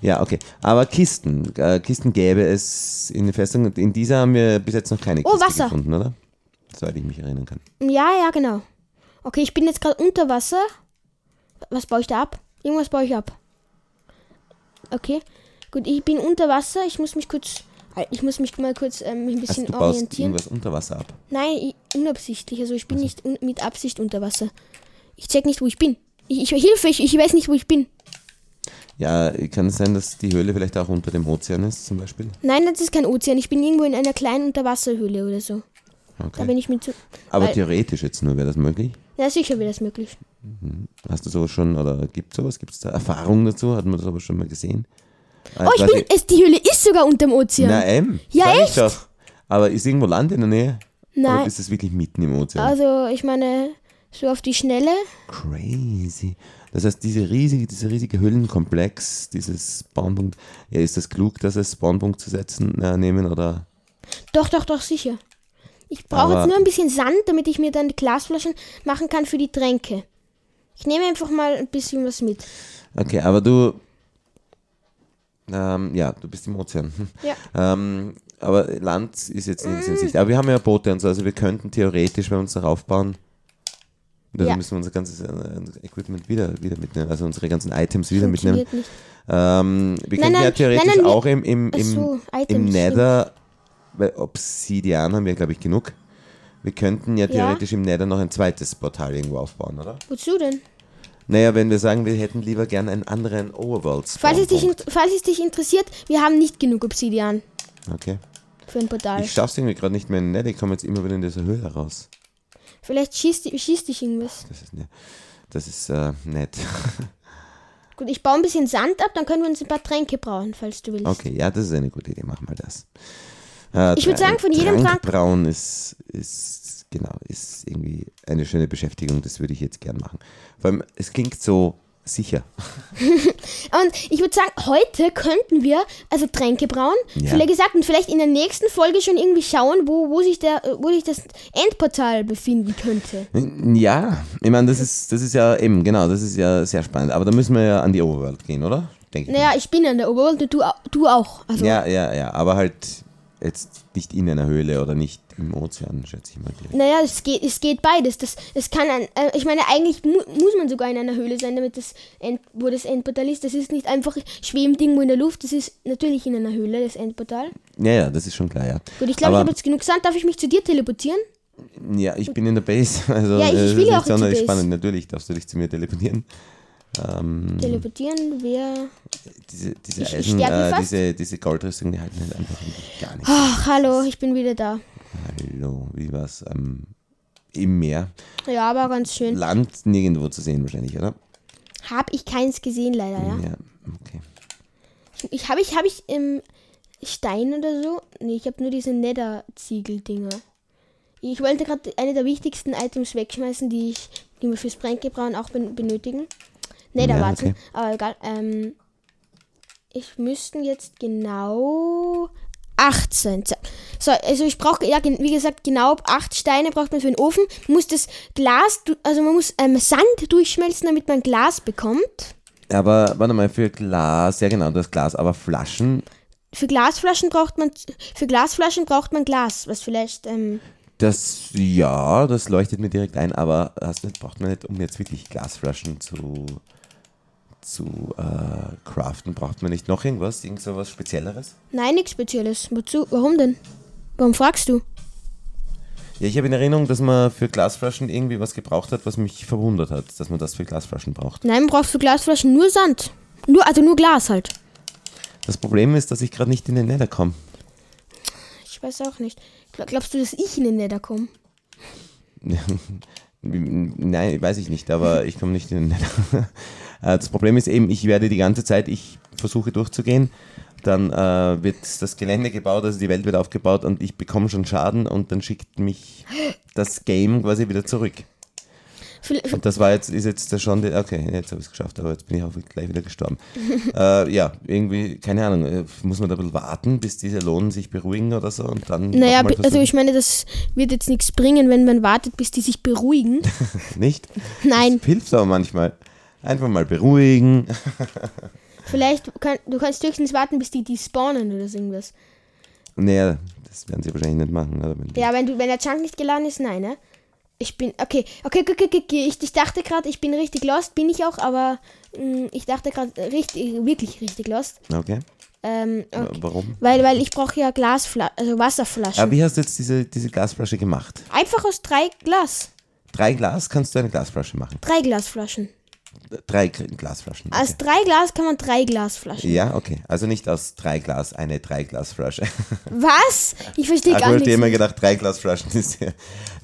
B: Ja, okay. Aber Kisten, äh, Kisten gäbe es in der Festung. und In dieser haben wir bis jetzt noch keine
A: Oh,
B: Kiste
A: Wasser.
B: gefunden, oder? Soweit ich mich erinnern kann.
A: Ja, ja, genau. Okay, ich bin jetzt gerade unter Wasser. Was baue ich da ab? Irgendwas baue ich ab. Okay. Gut, ich bin unter Wasser. Ich muss mich kurz. halt, Ich muss mich mal kurz ähm, ein
B: Also
A: bisschen
B: du baust
A: orientieren.
B: irgendwas unter Wasser ab.
A: Nein, ich, unabsichtlich. Also ich bin nicht un mit Absicht unter Wasser. Ich check nicht, wo ich bin. Ich, ich Hilfe, ich, ich weiß nicht, wo ich bin.
B: Ja, kann es sein, dass die Höhle vielleicht auch unter dem Ozean ist, zum Beispiel?
A: Nein, das ist kein Ozean. Ich bin irgendwo in einer kleinen Unterwasserhöhle oder so. Da bin
B: Okay.
A: ich mit. zu-
B: Aber
A: weil-
B: theoretisch jetzt nur, wäre das möglich?
A: Ja, sicher wäre das möglich.
B: Hast du sowas schon, oder gibt es sowas? Gibt es da Erfahrungen dazu? Hat man das aber schon mal gesehen? Äh,
A: Oh, ich bin. Es, die Höhle ist sogar unterm Ozean.
B: Na, ähm,
A: Ja,
B: sag ich
A: echt?
B: doch. Aber ist irgendwo Land in der Nähe? Oder
A: Nein.
B: ist es wirklich mitten im Ozean?
A: Also, ich meine, so auf die Schnelle.
B: Crazy. Das heißt, diese riesige, dieser riesige Höhlenkomplex, dieses Spawnpunkt, ja, ist das klug, dass es Spawnpunkt zu setzen äh, nehmen oder?
A: Doch, doch, doch, sicher. Ich brauche
B: Aber-
A: jetzt nur ein bisschen Sand, damit ich mir dann Glasflaschen machen kann für die Tränke. Ich nehme einfach mal ein bisschen was mit.
B: Okay, aber du, ähm, ja, du bist im Ozean. Hm.
A: Ja.
B: Ähm, aber Land ist jetzt nichts in Sicht. Aber wir haben ja Boote und so, also wir könnten theoretisch, wenn wir uns darauf bauen, dann
A: Ja.
B: müssen wir unser ganzes äh, Equipment wieder, wieder mitnehmen, also unsere ganzen Items wieder mitnehmen.
A: Funktioniert nicht.
B: Ähm, wir könnten ja
A: nein,
B: theoretisch
A: nein, nein, wir-
B: auch im, im,
A: Ach
B: im,
A: so,
B: im
A: Items,
B: Nether, weil Obsidian haben wir, glaube ich, genug. Wir könnten ja
A: Ja.
B: theoretisch im Nether noch ein zweites Portal irgendwo aufbauen, oder?
A: Wozu denn?
B: Naja, wenn wir sagen, wir hätten lieber gern einen anderen Overworld.
A: Falls es, dich in,
B: Spawnpunkt.
A: falls es dich interessiert, wir haben nicht genug Obsidian
B: Okay.
A: für ein Portal.
B: Ich schaff's irgendwie gerade nicht mehr in den Nether, ich komme jetzt immer wieder in dieser Höhle raus.
A: Vielleicht schießt, di- schießt dich irgendwas.
B: Das ist, ne, das ist äh, nett.
A: Gut, ich baue ein bisschen Sand ab, dann können wir uns ein paar Tränke brauchen, falls du willst.
B: Okay, ja, das ist eine gute Idee, machen wir das. Äh,
A: Ich würd
B: Tra-
A: sagen, von jedem
B: Trank
A: Trank-
B: brauen ist, ist, genau, ist irgendwie eine schöne Beschäftigung, das würde ich jetzt gern machen. Vor allem, es klingt so sicher.
A: Und ich würde sagen, heute könnten wir also Tränke brauen,
B: Ja.
A: vielleicht gesagt, und vielleicht in der nächsten Folge schon irgendwie schauen, wo, wo, sich, der, wo sich das Endportal befinden könnte.
B: Ja, ich meine, das ist, das ist ja eben, genau, das ist ja sehr spannend. Aber da müssen wir ja an die Overworld gehen, oder? Denke ich.
A: Naja, ich bin an der Oberwelt und du, au- du auch. Also,
B: mal. Ja, ja, ja, aber halt jetzt nicht in einer Höhle oder nicht im Ozean, schätze ich mal. direkt.
A: Naja, es geht, es geht beides. Das, es kann ein, äh, ich meine, eigentlich mu muss man sogar in einer Höhle sein, damit das End, wo das Endportal ist. Das ist nicht einfach schwebend irgendwo in der Luft. Das ist natürlich in einer Höhle, das Endportal.
B: Ja, ja, das ist schon klar, ja.
A: Gut, ich glaube, ich
B: Aber-
A: habe jetzt genug Sand. Darf ich mich zu dir teleportieren?
B: Ja, ich bin in der Base. Also,
A: Ja, ich- ich
B: das ist
A: will ja
B: nicht
A: auch in die
B: sonderlich
A: Base.
B: spannend. Natürlich darfst du dich zu mir teleportieren. Ähm,
A: Teleportieren wäre.
B: diese, diese
A: Ich- ich
B: Eisen,
A: sterb mir
B: äh,
A: fast.
B: diese, diese Goldrüstung, die halten halt einfach wirklich gar nicht.
A: Ach, hallo, ich bin wieder da.
B: Hallo, wie war's? Ähm, Im Meer.
A: Ja, aber ganz schön.
B: Land nirgendwo zu sehen wahrscheinlich, oder?
A: Hab ich keins gesehen, leider, ja.
B: okay.
A: Ich- Ich habe ich, hab ich ähm, Stein oder so? Nee, ich habe nur diese Nether-Ziegel-Dinger. Ich wollte gerade eine der wichtigsten Items wegschmeißen, die ich, die wir fürs Brenngebrauen auch ben benötigen. Netherwarzen,
B: okay.
A: aber egal. Ähm, ich müssten jetzt genau 18. So, So, also ich brauche, ja, gen- wie gesagt, genau 8 Steine braucht man für den Ofen. Man muss das Glas, du- also man muss ähm, Sand durchschmelzen, damit man Glas bekommt.
B: Aber warte mal, für Glas, ja genau, das Glas, aber Flaschen,
A: Für Glasflaschen braucht man für Glasflaschen braucht man Glas, was vielleicht ähm,
B: das, ja, das leuchtet mir direkt ein, aber hast, nicht- braucht man nicht, um jetzt wirklich Glasflaschen zu, zu äh, craften, braucht man nicht noch irgendwas, irgend so was Spezielleres?
A: nein nichts Spezielles. Wozu? Warum denn? Warum fragst du?
B: Ja, ich habe in Erinnerung, dass man für Glasflaschen irgendwie was gebraucht hat, was mich verwundert hat, dass man das für Glasflaschen braucht.
A: Nein, man braucht für Glasflaschen nur Sand, nur also nur Glas halt.
B: Das Problem ist, dass ich gerade nicht in den Nether komme.
A: Ich weiß auch nicht. Gla- Glaubst du, dass ich in den Nether komme?
B: Nein, weiß ich nicht, aber ich komme nicht in den Nether. Äh, Das Problem ist eben, ich werde die ganze Zeit, ich versuche durchzugehen, dann äh, wird das Gelände gebaut, also die Welt wird aufgebaut und ich bekomme schon Schaden und dann schickt mich das Game quasi wieder zurück.
A: Vielleicht-
B: Und das war jetzt, ist jetzt da schon, die, okay, jetzt habe ich es geschafft, aber jetzt bin ich auch gleich wieder gestorben. äh, ja, irgendwie, keine Ahnung, äh, muss man da ein bisschen warten, bis diese Lohnen sich beruhigen oder so und dann.
A: Naja,
B: nochmal
A: bi- also ich meine, das wird jetzt nichts bringen, wenn man wartet, bis die sich beruhigen.
B: versuchen. Nicht?
A: Nein,
B: Das hilft aber manchmal. Einfach mal beruhigen.
A: vielleicht, kann, du kannst höchstens warten, bis die die spawnen oder so irgendwas.
B: Naja, das werden sie wahrscheinlich nicht machen. Oder? Wenn die-
A: Ja, wenn, du, wenn der Chunk nicht geladen ist, nein, ne? Ich bin, okay, okay, okay, okay, okay. Ich, ich dachte gerade, ich bin richtig lost, bin ich auch, aber mh, ich dachte gerade richtig, wirklich richtig lost.
B: Okay.
A: Ähm,
B: W-
A: okay.
B: Warum?
A: Weil, weil ich brauche ja Glasflaschen, also
B: Aber
A: Wasserflaschen.
B: wie hast du jetzt diese, diese Glasflasche gemacht?
A: Einfach aus drei Glas.
B: Drei Glas kannst du eine Glasflasche machen.
A: Drei Glasflaschen.
B: Drei K- Glasflaschen. Okay.
A: Aus drei Glas kann man drei Glasflaschen.
B: Ja, okay. Also nicht aus drei Glas eine Dreiglasflasche.
A: Was? Ich verstehe
B: Ich
A: gar
B: habe
A: nichts.
B: Also immer gedacht, drei Glasflaschen ist ja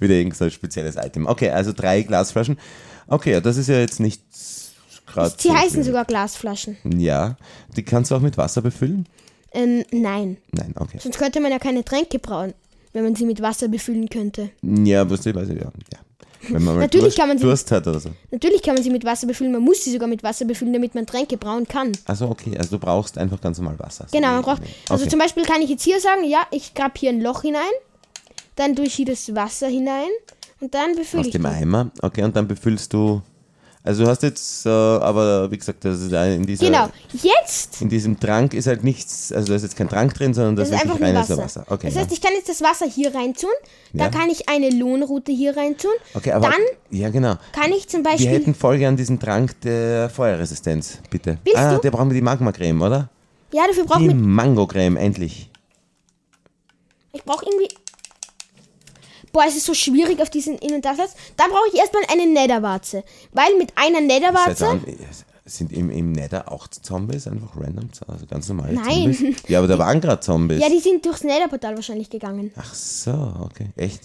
B: wieder irgend so ein spezielles Item. Okay, also drei Glasflaschen. Okay, ja, das ist ja jetzt nicht gerade.
A: Sie
B: so
A: heißen
B: viel.
A: sogar Glasflaschen.
B: Ja. Die kannst du auch mit Wasser befüllen?
A: Ähm, nein.
B: Nein, okay.
A: Sonst könnte man ja keine Tränke brauen, wenn man sie mit Wasser befüllen könnte.
B: Ja, weißt du, ich weiß ich, ja. ja. Wenn man mal
A: Natürlich
B: Durst,
A: kann man sie-
B: Durst hat oder so.
A: Natürlich kann man sie mit Wasser befüllen, man muss sie sogar mit Wasser befüllen, damit man Tränke brauen kann.
B: Also okay, also du brauchst einfach ganz normal Wasser. So
A: Genau, man
B: wie-
A: braucht.
B: Mhm. okay.
A: Also zum Beispiel kann ich jetzt hier sagen, ja, ich grab hier ein Loch hinein, dann tue ich hier das Wasser hinein und dann befülle
B: Aus
A: ich.
B: dem
A: das.
B: Eimer, okay, und dann befüllst du. Also du hast jetzt, äh, aber wie gesagt, das ist ein- in, dieser,
A: Genau. Jetzt
B: in diesem Trank ist halt nichts, also da ist jetzt kein Trank drin, sondern das,
A: ist
B: ist
A: einfach
B: wirklich
A: nur
B: reines
A: Wasser.
B: Wasser. Okay,
A: das
B: ja.
A: heißt, ich kann jetzt das Wasser hier reintun, dann
B: Ja.
A: kann ich eine Lohnroute hier reintun,
B: okay, aber
A: dann
B: ja genau.
A: kann ich zum
B: Wir
A: Beispiel.
B: hätten voll gern diesen Trank der Feuerresistenz, bitte.
A: Willst
B: ah,
A: du?
B: der brauchen wir die Magma-Creme, oder?
A: Ja, dafür brauchen
B: Die
A: wir.
B: Mango-Creme, endlich.
A: Ich brauche irgendwie. Boah, es ist so schwierig auf diesen Innen- und Aussatz. Dann brauche ich erstmal eine Netherwarze. Weil mit einer
B: Seit
A: Netherwarze.
B: wann sind im, im Nether auch Zombies einfach random, also ganz normale
A: Nein.
B: Zombies? Ja, aber da waren gerade Zombies.
A: Ja, die sind durchs Netherportal wahrscheinlich gegangen.
B: Ach so, okay, echt?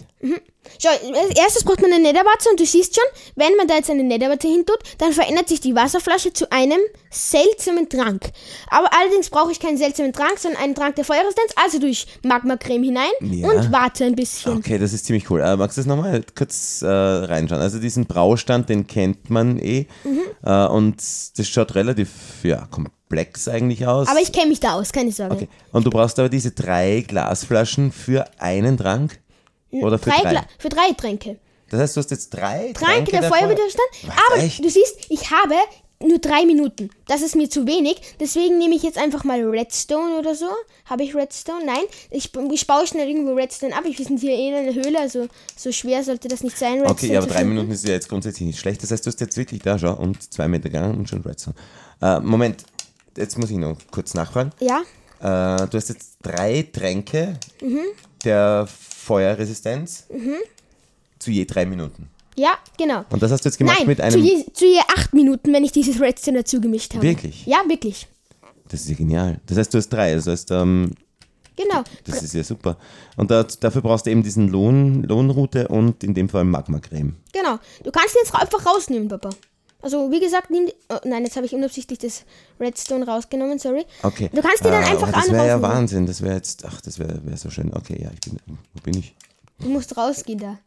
A: Schau, als erstes braucht man eine Netherwarze und du siehst schon, wenn man da jetzt eine Netherwarze hintut, dann verändert sich die Wasserflasche zu einem seltsamen Trank. Aber allerdings brauche ich keinen seltsamen Trank, sondern einen Trank der Feuerresistenz, also durch Magma-Creme hinein
B: Ja.
A: und warte ein bisschen.
B: Okay, das ist ziemlich cool. Äh, magst du das nochmal kurz äh, reinschauen? Also diesen Braustand, den kennt man eh.
A: Mhm.
B: Äh, und das schaut relativ ja, komplex eigentlich aus.
A: Aber ich kenne mich da aus, keine Sorge.
B: Ah. okay. Und du brauchst aber diese drei Glasflaschen für einen Trank? Oder für drei?
A: Gla- für drei Tränke.
B: Das heißt, du hast jetzt drei
A: Trank der
B: davon?
A: Feuerwiderstand.
B: Was,
A: Aber
B: echt?
A: du siehst, ich habe nur drei Minuten. Das ist mir zu wenig. Deswegen nehme ich jetzt einfach mal Redstone oder so. Habe ich Redstone? Nein. Ich, ich baue schnell irgendwo Redstone ab. Ich, wir sind hier eh in einer Höhle, also so schwer sollte das nicht sein. Redstone
B: Okay, ja, aber
A: zu
B: drei
A: finden.
B: Minuten ist ja jetzt grundsätzlich nicht schlecht. Das heißt, du hast jetzt wirklich da, schau, und zwei Meter gegangen und schon Redstone. Äh, Moment, jetzt muss ich noch kurz nachfragen.
A: Ja.
B: Äh, du hast jetzt drei Tränke der Feuerresistenz zu je drei Minuten.
A: Ja, genau.
B: Und das hast du jetzt gemacht
A: Nein,
B: mit
A: zu,
B: einem.
A: je, zu je acht Minuten, wenn ich dieses Redstone dazu gemischt habe.
B: Wirklich?
A: Ja, wirklich.
B: Das ist ja genial. Das heißt, du hast drei. Das heißt, ähm,
A: Genau.
B: das ist ja super. Und da, dafür brauchst du eben diesen Lohn, Lohnroute und in dem Fall Magma-Creme.
A: Genau. Du kannst ihn jetzt ra- einfach rausnehmen, Papa. Also, wie gesagt, nimm. die- Oh, nein, jetzt habe ich unabsichtlich das Redstone rausgenommen, sorry.
B: Okay.
A: Du kannst dir dann
B: Ah,
A: einfach
B: aber Das
A: an-
B: wäre ja
A: rausnehmen.
B: Wahnsinn. Das wäre jetzt. Ach, das wäre wär so schön. Okay, ja, ich bin. Wo bin ich?
A: Du musst rausgehen da.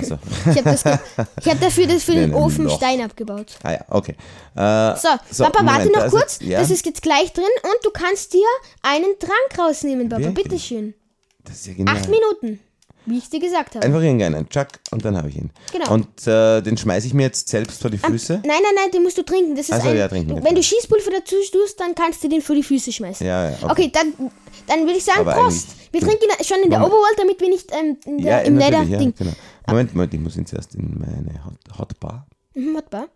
B: Achso.
A: Ich habe hab dafür das für den
B: Nein, ein
A: Ofen
B: Loch.
A: Stein abgebaut.
B: ah ja, okay. Äh,
A: So, Papa, warte
B: Moment,
A: noch
B: da ist
A: kurz.
B: jetzt- ja?
A: Das ist jetzt gleich drin und du kannst dir einen Trank rausnehmen, Papa.
B: Wirklich?
A: Bitteschön.
B: das ist ja genial.
A: Acht Minuten, wie ich dir gesagt habe.
B: Einfach irgendeinen, Chuck, und dann habe ich ihn.
A: Genau. Ah.
B: Und äh, den schmeiße ich mir jetzt selbst vor die Füße.
A: Nein, nein, nein, den musst du trinken. Das ist
B: Ach so,
A: ein,
B: ja, trinken,
A: du,
B: ja,
A: wenn du
B: klar.
A: Schießpulver dazu tust, dann kannst du den vor die Füße schmeißen.
B: Ja, ja,
A: okay.
B: okay.
A: dann, dann würde ich sagen,
B: Aber
A: Prost.
B: eigentlich-
A: Wir trinken ihn schon in der
B: Moment.
A: Overworld, damit wir nicht ähm, in der,
B: Ja,
A: im Ah.
B: natürlich,
A: Nether-Ding.
B: Ja, genau. Moment, Moment, ich muss ihn zuerst in meine Hot, Hotbar.
A: Mhm, Hotbar.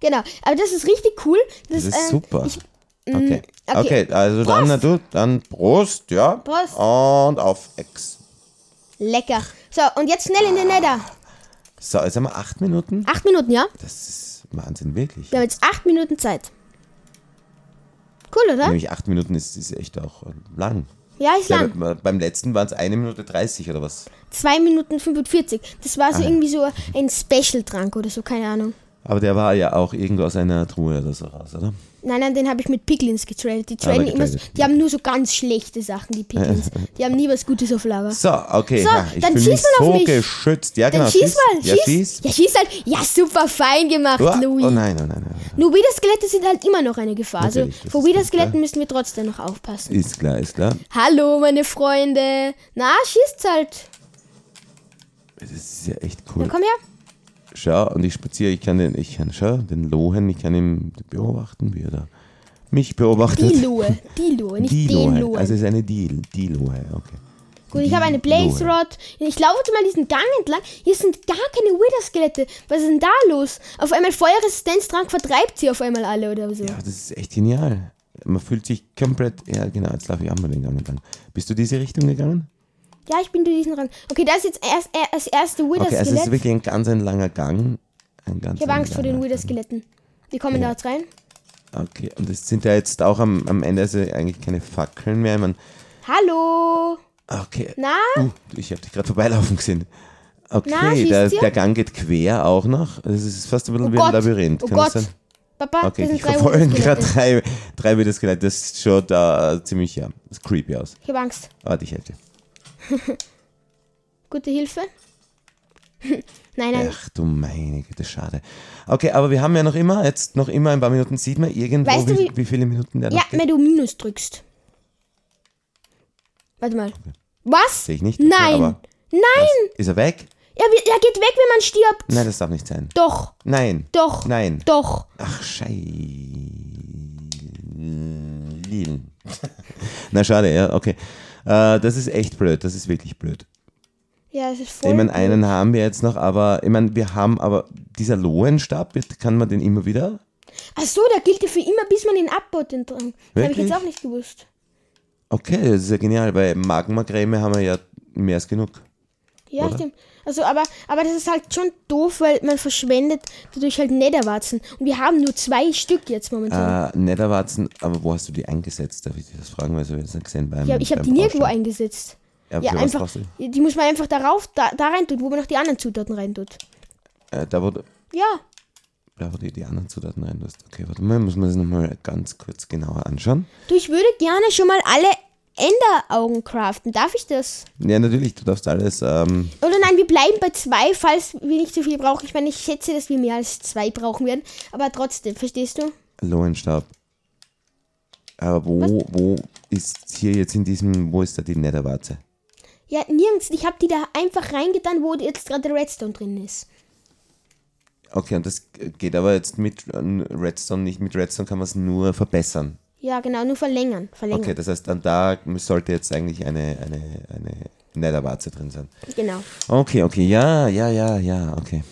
A: Genau, aber das ist richtig cool. Das,
B: Das ist
A: ähm,
B: super.
A: Ich,
B: okay.
A: okay.
B: okay. also dann, na du, dann Prost, ja.
A: Prost.
B: Und auf Ex.
A: lecker. So, und jetzt schnell in den Nether.
B: So, jetzt haben wir acht Minuten.
A: Acht Minuten, ja?
B: Das ist Wahnsinn, wirklich.
A: Wir haben jetzt acht Minuten Zeit. Cool, oder?
B: Nämlich acht Minuten ist, ist echt auch äh, lang.
A: Ja, ist
B: Ja,
A: lang.
B: be- beim letzten waren es eine Minute 30 oder was.
A: 2 Minuten 45. Das war
B: Ah,
A: so irgendwie so ein Special-Trank oder so, keine Ahnung.
B: Aber der war ja auch irgendwo aus einer Truhe oder so raus, oder?
A: Nein, nein, den habe ich mit Piglins getradet. Die traden
B: Ah,
A: immer so,
B: getradet.
A: die haben nur so ganz schlechte Sachen, die Piglins. Die haben nie was Gutes auf Lager.
B: So, okay.
A: So,
B: ha, ich
A: dann
B: fühl
A: schieß
B: mich
A: mal auf
B: so
A: mich.
B: geschützt. Ja,
A: Dann
B: genau.
A: schieß mal,
B: Ja,
A: schieß.
B: schieß.
A: Ja, schieß halt. Ja, super fein gemacht,
B: Uah,
A: Louis.
B: Oh nein, oh nein, oh nein.
A: Nubida-Skelette sind halt immer noch eine Gefahr. Also,
B: Natürlich, das
A: vor
B: ist
A: Nubida-Skeletten müssen wir trotzdem noch aufpassen.
B: Ist klar, ist klar.
A: Hallo, meine Freunde. Na, schießt halt.
B: Das ist ja echt
A: Na,
B: cool.
A: komm her.
B: Schau, und ich spaziere, ich kann den, ich kann, schau, den Lohen, ich kann ihn beobachten, wie er da mich beobachtet.
A: Die Lohe. Die Lohe, nicht
B: Die
A: den
B: Lohe.
A: Lohe.
B: Also es ist eine Die, die Lohe, okay.
A: Gut, ich habe eine Blaze Rod. Ich laufe jetzt mal diesen Gang entlang. Hier sind gar keine Wither-Skelette. Was ist denn da los? Auf einmal Feuerresistenztrank vertreibt sie auf einmal alle oder so.
B: Ja, das ist echt genial. Man fühlt sich komplett, ja genau, jetzt laufe ich auch mal den Gang entlang. Bist du diese Richtung gegangen?
A: Ja, ich bin durch diesen Rang. Okay, da ist jetzt erst, er, das erste
B: Okay, also es ist
A: Wither-Skelett.
B: wirklich ein ganz ein langer Gang. Ein ganz
A: ich habe
B: ein
A: Angst vor den
B: langer-
A: Wither-Skeletten. Die kommen da jetzt rein.
B: Okay, und es sind ja jetzt auch am, am Ende also eigentlich keine Fackeln mehr. Ich mein,
A: Hallo.
B: okay.
A: Na?
B: Uh, ich habe dich gerade vorbeilaufen gesehen. Okay,
A: Na, schießt
B: der,
A: ihr?
B: der Gang geht quer auch noch. Das ist fast ein bisschen
A: Oh
B: wie ein
A: Gott.
B: Labyrinth.
A: Oh
B: Kann
A: Gott.
B: das sein?
A: Papa,
B: Okay,
A: das sind
B: ich
A: drei
B: verfolgen gerade
A: Wither-Skelette.
B: drei, drei Videoskelette. Das schaut da ziemlich ja, das creepy aus.
A: Ich habe Angst.
B: Warte, ich helfe.
A: Gute Hilfe. nein, nein.
B: Ach du meine Güte, schade. Okay, aber wir haben ja noch immer, jetzt noch immer ein paar Minuten, sieht man irgendwo,
A: Weißt du,
B: wie,
A: wie-
B: wie viele Minuten der
A: Ja,
B: noch geht?
A: wenn du Minus drückst. Warte mal. Was?
B: Sehe ich nicht. Okay,
A: Nein.
B: aber-
A: Nein.
B: Ist er weg?
A: Er, wird- er geht weg, wenn man stirbt.
B: Nein, das darf nicht sein.
A: Doch,
B: Nein.
A: doch,
B: Nein.
A: doch.
B: Ach, schei. Na, schade, ja, okay. Äh, das ist echt blöd, das ist wirklich blöd.
A: Ja, es ist voll.
B: Ich meine, einen haben wir jetzt noch, aber ich meine, wir haben aber dieser Lohenstab, wird- kann man den immer wieder?
A: Ach so, da gilt ja für immer, bis man ihn abbaut, den Drang. Das habe ich
B: Wirklich?
A: jetzt auch nicht gewusst.
B: Okay, das ist ja genial, weil Magmagräme haben wir ja mehr als genug.
A: Ja,
B: Oder?
A: stimmt. Also, aber, aber das ist halt schon doof, weil man verschwendet dadurch halt Netherwarzen. Und wir haben nur zwei Stück jetzt momentan.
B: Äh, Netherwarzen, aber wo hast du die eingesetzt? Darf ich dich das fragen, weil ich habe jetzt nicht gesehen beim.
A: ich habe ich hab
B: beim
A: die nirgendwo
B: Aufstellen.
A: eingesetzt.
B: Ja,
A: Ja,
B: für was
A: einfach.
B: brauchst du?
A: Die muss man einfach darauf, da, da rein tut, wo man noch die anderen Zutaten rein tut.
B: Äh, da, wo, du-
A: Ja.
B: da, wo du die anderen Zutaten rein tust. Okay, warte mal, muss man das nochmal ganz kurz genauer anschauen.
A: Du, ich würde gerne schon mal alle Enderaugen craften. Darf ich das?
B: Ja, natürlich, du darfst alles. Ähm,
A: Oder nein, wir bleiben bei zwei, falls wir nicht so viel brauchen. Ich meine, ich schätze, dass wir mehr als zwei brauchen werden. Aber trotzdem, verstehst du?
B: Lohenstab. Aber wo, wo ist hier jetzt in diesem, wo ist da die Netherwarze?
A: Ja, nirgends. Ich habe die da einfach reingetan, wo jetzt gerade der Redstone drin ist.
B: Okay, und das geht aber jetzt mit äh, Redstone nicht. Mit Redstone kann man es nur verbessern.
A: Ja, genau, nur verlängern. Verlängern.
B: Okay, das heißt, dann da sollte jetzt eigentlich eine, eine, eine Netherwarze drin sein.
A: Genau.
B: Okay, okay, ja, ja, ja, ja, okay.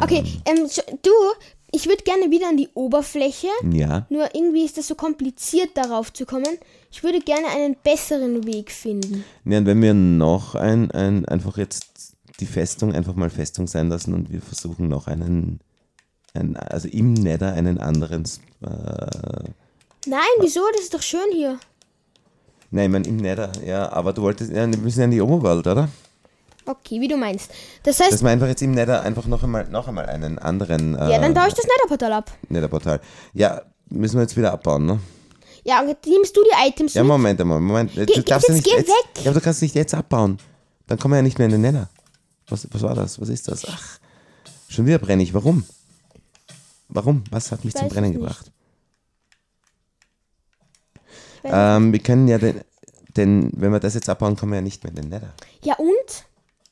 A: Okay, ähm, so, du, ich würde gerne wieder an die Oberfläche.
B: Ja.
A: Nur irgendwie ist das so kompliziert, darauf zu kommen. Ich würde gerne einen besseren Weg finden.
B: ja und wenn wir noch ein, ein, einfach jetzt die Festung einfach mal Festung sein lassen und wir versuchen noch einen, einen also im Nether einen anderen. Sp- Äh,
A: Nein, wieso? Das ist doch schön hier.
B: nein, ich meine im Nether, ja, aber du wolltest, ja, wir müssen ja in die Oberwelt, oder?
A: Okay, wie du meinst. Das heißt,
B: Dass wir einfach jetzt im Nether einfach noch einmal, noch einmal einen anderen äh,
A: ja, dann baue ich das Netherportal ab.
B: Nether-Portal. Ja, müssen wir jetzt wieder abbauen, ne?
A: Ja, und jetzt nimmst du die Items
B: Ja,
A: mit.
B: Moment einmal, Moment. Du
A: Ge-
B: darfst ja
A: jetzt
B: nicht
A: geh
B: jetzt,
A: weg!
B: Ja, aber du kannst nicht jetzt abbauen. Dann kommen wir ja nicht mehr in den Nenner. Was, was war das? Was ist das? Ach, schon wieder brenne ich. Warum? Warum? Was hat mich
A: Ich
B: zum
A: weiß
B: Brennen
A: es nicht.
B: gebracht?
A: weiß
B: Ähm, wir können ja den, den, wenn wir das jetzt abbauen, kommen wir ja nicht mehr in den Nether.
A: Ja, und?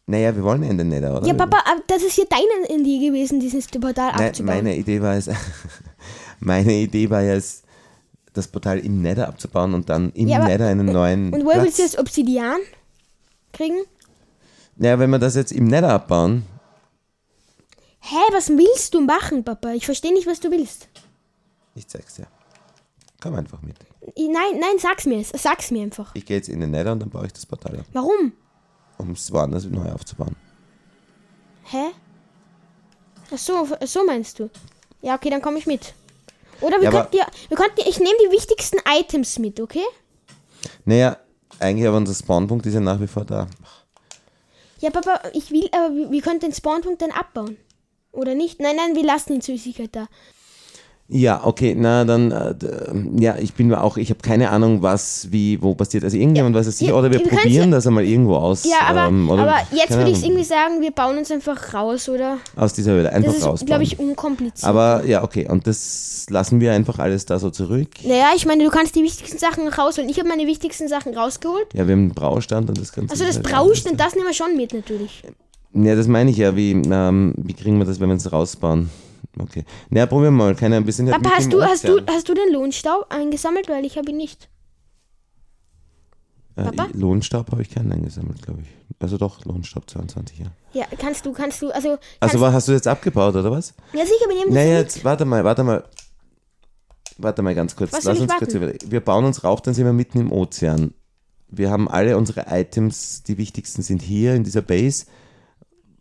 B: Naja, wir wollen ja in den Nether, oder?
A: Ja,
B: Wir-
A: Papa, aber das ist ja deine Idee gewesen, dieses Portal
B: Nein,
A: abzubauen.
B: meine Idee war es, meine Idee war ja es, das Portal im Nether abzubauen und dann im
A: Ja, aber-
B: Nether einen neuen.
A: Und woher willst du
B: Platz-
A: das Obsidian kriegen?
B: Naja, wenn wir das jetzt im Nether abbauen,
A: Hä, was willst du machen, Papa? Ich verstehe nicht, was du willst.
B: ich zeig's dir. Komm einfach mit.
A: I- Nein, nein, sag's mir. Sag's mir einfach.
B: Ich gehe jetzt in den Nether und dann baue ich das Portal ab,
A: Warum?
B: um es woanders neu aufzubauen.
A: Hä? Ach so, ach so meinst du. Ja, okay, dann komme ich mit. Oder wir
B: Ja, aber-
A: könnten ja, wir könnten, ich nehme die wichtigsten Items mit, okay?
B: Naja, eigentlich aber unser Spawnpunkt ist ja nach wie vor da.
A: Ja, Papa, ich will, äh, aber wir, wir könnten den Spawnpunkt dann abbauen. Oder nicht? Nein, nein, wir lassen ihn zur Sicherheit da.
B: Ja, okay, na dann, äh, d- ja, ich bin mir auch, ich habe keine Ahnung, was, wie, wo passiert. Also irgendjemand weiß es sicher,
A: ja,
B: oder wir
A: wir können's
B: probieren
A: ja-
B: das einmal irgendwo aus.
A: Ja, aber,
B: ähm, oder-
A: aber jetzt
B: keine
A: würde ich es
B: Ahnung,
A: irgendwie sagen, wir bauen uns einfach raus, oder?
B: Aus dieser Höhle, einfach
A: Das ist,
B: rausbauen.
A: glaube ich, unkompliziert.
B: aber ja, okay, und das lassen wir einfach alles da so zurück.
A: naja, ich meine, du kannst die wichtigsten Sachen rausholen. Ich habe meine wichtigsten Sachen rausgeholt.
B: Ja, wir haben einen Braustand und das Ganze.
A: Also das
B: ist halt
A: Brausch, denn das nehmen wir schon mit natürlich.
B: Ja, das meine ich ja. Wie, ähm, wie kriegen wir das, wenn wir es rausbauen? Okay. Na, probieren wir mal. Keiner ein bisschen.
A: Papa,
B: mit
A: hast
B: dem
A: du, hast, du,
B: Ozean.
A: hast du den Lohnstaub eingesammelt? Weil ich habe ihn nicht.
B: Äh,
A: Papa?
B: Lohnstaub habe ich keinen eingesammelt, glaube ich. Also doch, Lohnstaub 22, ja.
A: Ja, kannst du, kannst du, also... Kannst,
B: Also wa- hast du jetzt abgebaut, oder was?
A: ja, sicher, wir nehmen das
B: Naja,
A: mit.
B: jetzt warte mal, warte mal. Warte mal ganz kurz.
A: Was soll ich
B: Lass uns kurz
A: warten?
B: überlegen. Wir bauen uns rauf, dann sind wir mitten im Ozean. Wir haben alle unsere Items, die wichtigsten sind hier in dieser Base.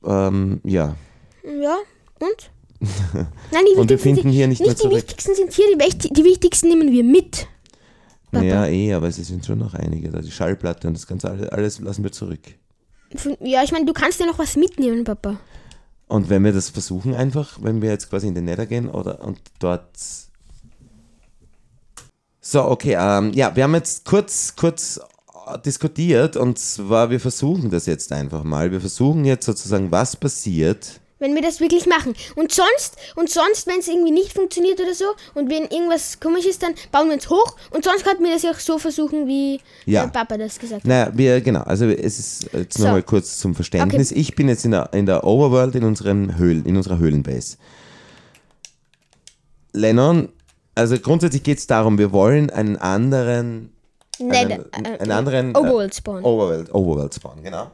B: Ähm, ja.
A: Ja, und? Nein, die
B: Und
A: wichtigsten
B: wir finden
A: sind,
B: hier nicht mehr
A: die
B: zurück.
A: wichtigsten sind hier, die, wichtig- die wichtigsten nehmen wir mit. Papa.
B: Ja, eh, aber es sind schon noch einige da. Die Schallplatte und das Ganze, alles, alles lassen wir zurück.
A: Von- Ja, ich meine, du kannst ja noch was mitnehmen, Papa.
B: Und wenn wir das versuchen einfach, wenn wir jetzt quasi in den Nether gehen oder und dort. So, okay, ähm, ja, wir haben jetzt kurz, kurz äh, diskutiert und zwar, wir versuchen das jetzt einfach mal. Wir versuchen jetzt sozusagen, was passiert.
A: Wenn wir das wirklich machen. Und sonst, und sonst, wenn es irgendwie nicht funktioniert oder so, und wenn irgendwas komisch ist, dann bauen wir es hoch. Und sonst könnten wir das ja auch so versuchen, wie
B: Ja.
A: mein Papa das gesagt hat.
B: Naja, wir, genau, also es ist jetzt
A: So.
B: nochmal kurz zum Verständnis. Ich bin jetzt in der, in der Overworld, in, unserem Höhlen, in unserer Höhlenbase. Lennon, also grundsätzlich geht es darum, wir wollen einen anderen
A: Nein,
B: einen,
A: äh,
B: einen anderen
A: Overworld Spawn.
B: Äh, Overworld, Overworld Spawn, genau.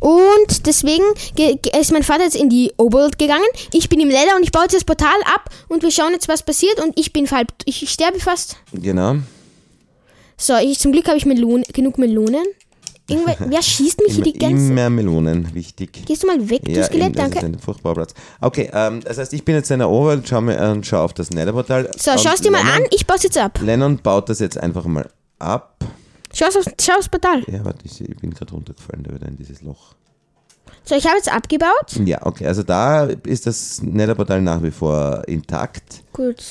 A: Und deswegen ge- ge- ist mein Vater jetzt in die Oberwelt gegangen. Ich bin im Nether und ich baue jetzt das Portal ab und wir schauen jetzt, was passiert. Und ich bin halb, ich, ich sterbe fast.
B: Genau.
A: So, ich, zum Glück habe ich Melon, genug Melonen. Irgendwer, wer schießt mich hier
B: Immer,
A: die ganze
B: immer Melonen, wichtig.
A: Gehst du mal weg, du
B: eben,
A: Skelett,
B: das ist
A: danke.
B: ein furchtbarer Platz. Okay, ähm, das heißt, ich bin jetzt in der Overworld, schau, mir, äh, und schau auf das Netherportal.
A: So,
B: Und
A: schau's dir mal
B: Lennon,
A: an, ich baue jetzt ab.
B: Lennon baut das jetzt einfach mal ab.
A: Schau's aufs, schau aufs Portal.
B: Ja, warte, ich, ich bin gerade runtergefallen, da wieder in dieses Loch.
A: So, ich habe jetzt abgebaut.
B: Ja, okay, also da ist das Netherportal nach wie vor intakt.
A: Gut.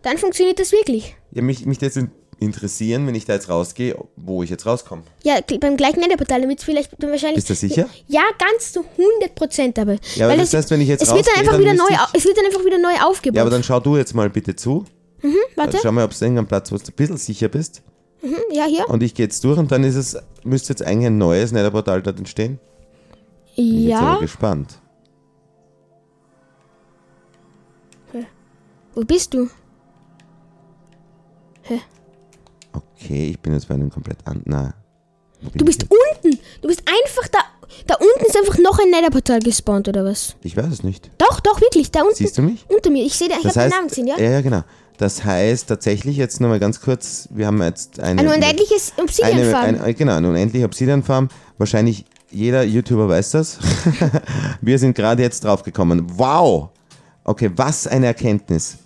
A: Dann funktioniert das wirklich.
B: Ja, mich, mich jetzt in- interessieren, wenn ich da jetzt rausgehe, wo ich jetzt rauskomme.
A: Ja, gl- beim gleichen Netherportal, damit es vielleicht dann wahrscheinlich.
B: Bist du sicher?
A: Ja, ganz zu 100% aber.
B: Ja, aber das heißt, wenn ich jetzt
A: es wird dann
B: rausgehe,
A: einfach
B: dann
A: wieder
B: müsste
A: neu,
B: ich-
A: au- es wird dann einfach wieder neu aufgebaut.
B: Ja, aber dann also schau du jetzt mal bitte zu.
A: Warte,
B: Schau mal, ob es irgendein Platz, wo du ein bisschen sicher bist.
A: ja, hier.
B: Und ich gehe jetzt durch und dann ist es, müsste jetzt eigentlich ein neues Netherportal dort entstehen. Bin Jetzt aber
A: Ja.
B: gespannt.
A: Wo bist du?
B: Okay, ich bin jetzt bei einem komplett anderen. Na, wo bin
A: Du bist
B: Ich,
A: unten. Du bist einfach da. Da unten ist einfach noch ein Netherportal gespawnt, oder was?
B: jetzt? ich weiß es nicht.
A: Doch, doch, wirklich. Da unten.
B: Siehst du mich?
A: Unter mir. Ich sehe, ich habe
B: Das
A: den
B: heißt,
A: Namen gesehen, ja?
B: ja, ja, genau. Das heißt tatsächlich jetzt nochmal ganz kurz, wir haben jetzt eine.
A: Ah, Ein unendliches
B: eine,
A: Obsidian-Farm.
B: eine, genau, eine unendliche Obsidian-Farm. Wahrscheinlich jeder YouTuber weiß das. wir sind gerade jetzt draufgekommen. Wow! Okay, was eine Erkenntnis.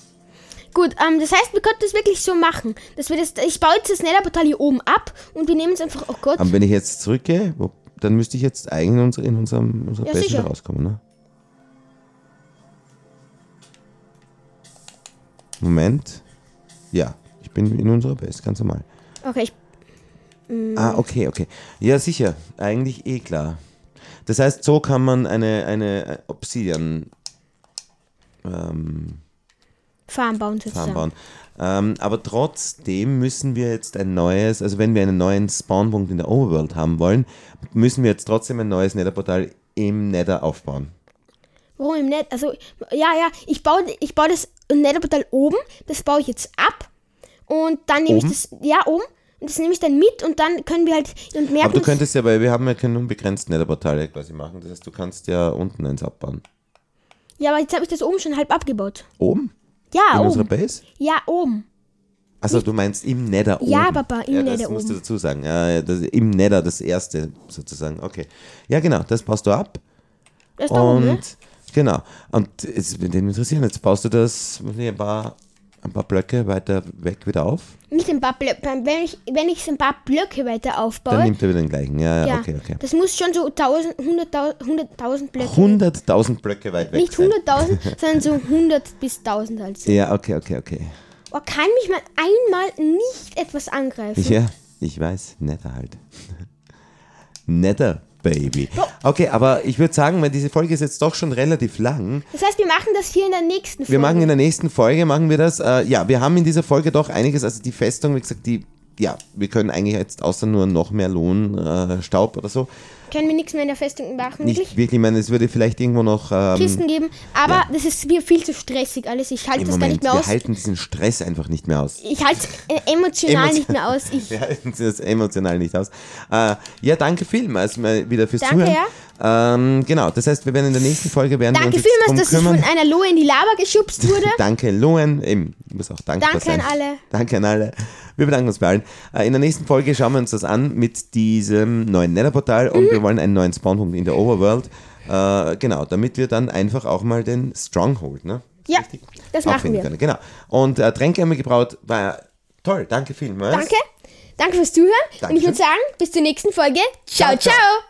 A: Gut, ähm, das heißt, wir könnten das wirklich so machen. Dass wir das, ich baue jetzt das Netherportal hier oben ab und wir nehmen es einfach. Oh Gott.
B: Aber wenn ich jetzt zurückgehe, wo, dann müsste ich jetzt eigentlich in, unser, in unserem, unserer
A: Ja,
B: Base
A: sicher.
B: wieder rauskommen, ne? Moment. Ja, ich bin in unserer Base, ganz normal.
A: Okay, ich, Mhm.
B: Ah, okay, okay. Ja, sicher. Eigentlich eh klar. Das heißt, so kann man eine, eine äh, Obsidian
A: Farm bauen sozusagen.
B: Farm bauen. Ähm, aber trotzdem müssen wir jetzt ein neues, also wenn wir einen neuen Spawnpunkt in der Overworld haben wollen, müssen wir jetzt trotzdem ein neues Netherportal im Nether aufbauen.
A: Warum im Nether? Also, ja, ja. Ich baue, ich baue das Netherportal oben. Das baue ich jetzt ab. Und dann nehme
B: Oben?
A: ich das. Ja, oben. Und das nehme ich dann mit und dann können wir halt. Und merken
B: Aber du
A: uns-
B: könntest ja, weil wir haben ja keine unbegrenzten Netherportale quasi machen, das heißt, du kannst ja unten eins abbauen.
A: Ja, aber jetzt habe ich das oben schon halb abgebaut.
B: Oben?
A: Ja,
B: In unserer
A: Ah, oben.
B: Base?
A: Ja, oben.
B: Also du meinst im Nether oben?
A: Ja, Papa, im
B: ja, das
A: Nether
B: musst du
A: oben.
B: dazu sagen. Ja, ja, das, Im Nether das erste sozusagen. Okay. Ja, genau, das baust du ab.
A: Das ist da oben, ne?
B: Und genau. Und es würde mich interessieren, jetzt baust du das, muss ich ein paar ein paar Blöcke weiter weg wieder auf.
A: Nicht ein paar Blö wenn ich wenn ich ein paar Blöcke weiter aufbaue.
B: Dann nimmt er wieder den gleichen. Ja, ja,
A: ja,
B: okay, okay.
A: das muss schon so 1000, 100.000 100.000 Blöcke.
B: 100.000 Blöcke weit weg.
A: nicht
B: sein.
A: 100.000, sondern so 100 bis 1000 halt. so.
B: Ja, okay, okay, okay.
A: Oh, kann mich mal einmal nicht etwas angreifen?
B: Ich, ja, ich weiß, netter halt. netter, Baby. Okay, aber ich würde sagen, weil diese Folge ist jetzt doch schon relativ lang.
A: das heißt, wir machen das hier in der nächsten Folge.
B: Wir machen in der nächsten Folge, machen wir das. Äh, ja, wir haben in dieser Folge doch einiges, also die Festung, wie gesagt, die, ja, wir können eigentlich jetzt außer nur noch mehr Lohn, äh, Staub oder so.
A: Können wir nichts mehr in der Festung machen, wirklich?
B: Nicht wirklich, ich meine, es würde vielleicht irgendwo noch... Ähm,
A: Kisten geben, aber das ist mir viel zu stressig alles. Ich halte
B: Im
A: das gar
B: Moment,
A: nicht mehr
B: wir
A: aus.
B: halten diesen Stress einfach nicht mehr aus.
A: Ich halte es äh, emotional nicht mehr aus. Ich,
B: Wir halten das emotional nicht aus. Äh, ja, danke vielmals mal wieder fürs
A: Danke,
B: Zuhören. Ähm, genau, das heißt, wir werden in der nächsten Folge werden
A: danke
B: wir uns jetzt drum
A: vielmals, dass ich
B: kümmern.
A: von einer Lohe in die Lava geschubst wurde.
B: Danke, Loen. Eben, du musst auch dankbar
A: Danke
B: sein.
A: an alle.
B: Danke an alle. Wir bedanken uns bei allen. Äh, In der nächsten Folge schauen wir uns das an mit diesem neuen Netherportal und wir wollen einen neuen Spawnpunkt in der Overworld. Äh, genau, damit wir dann einfach auch mal den Stronghold, ne?
A: Ja, das machen
B: Auffinden
A: wir.
B: Können. Genau. Und äh, Tränke haben wir gebraut. War toll. Danke vielmals.
A: Danke. Danke fürs Zuhören. Und ich
B: Dankeschön.
A: würde sagen, bis zur nächsten Folge.
B: Ciao,
A: ciao.
B: ciao.
A: ciao.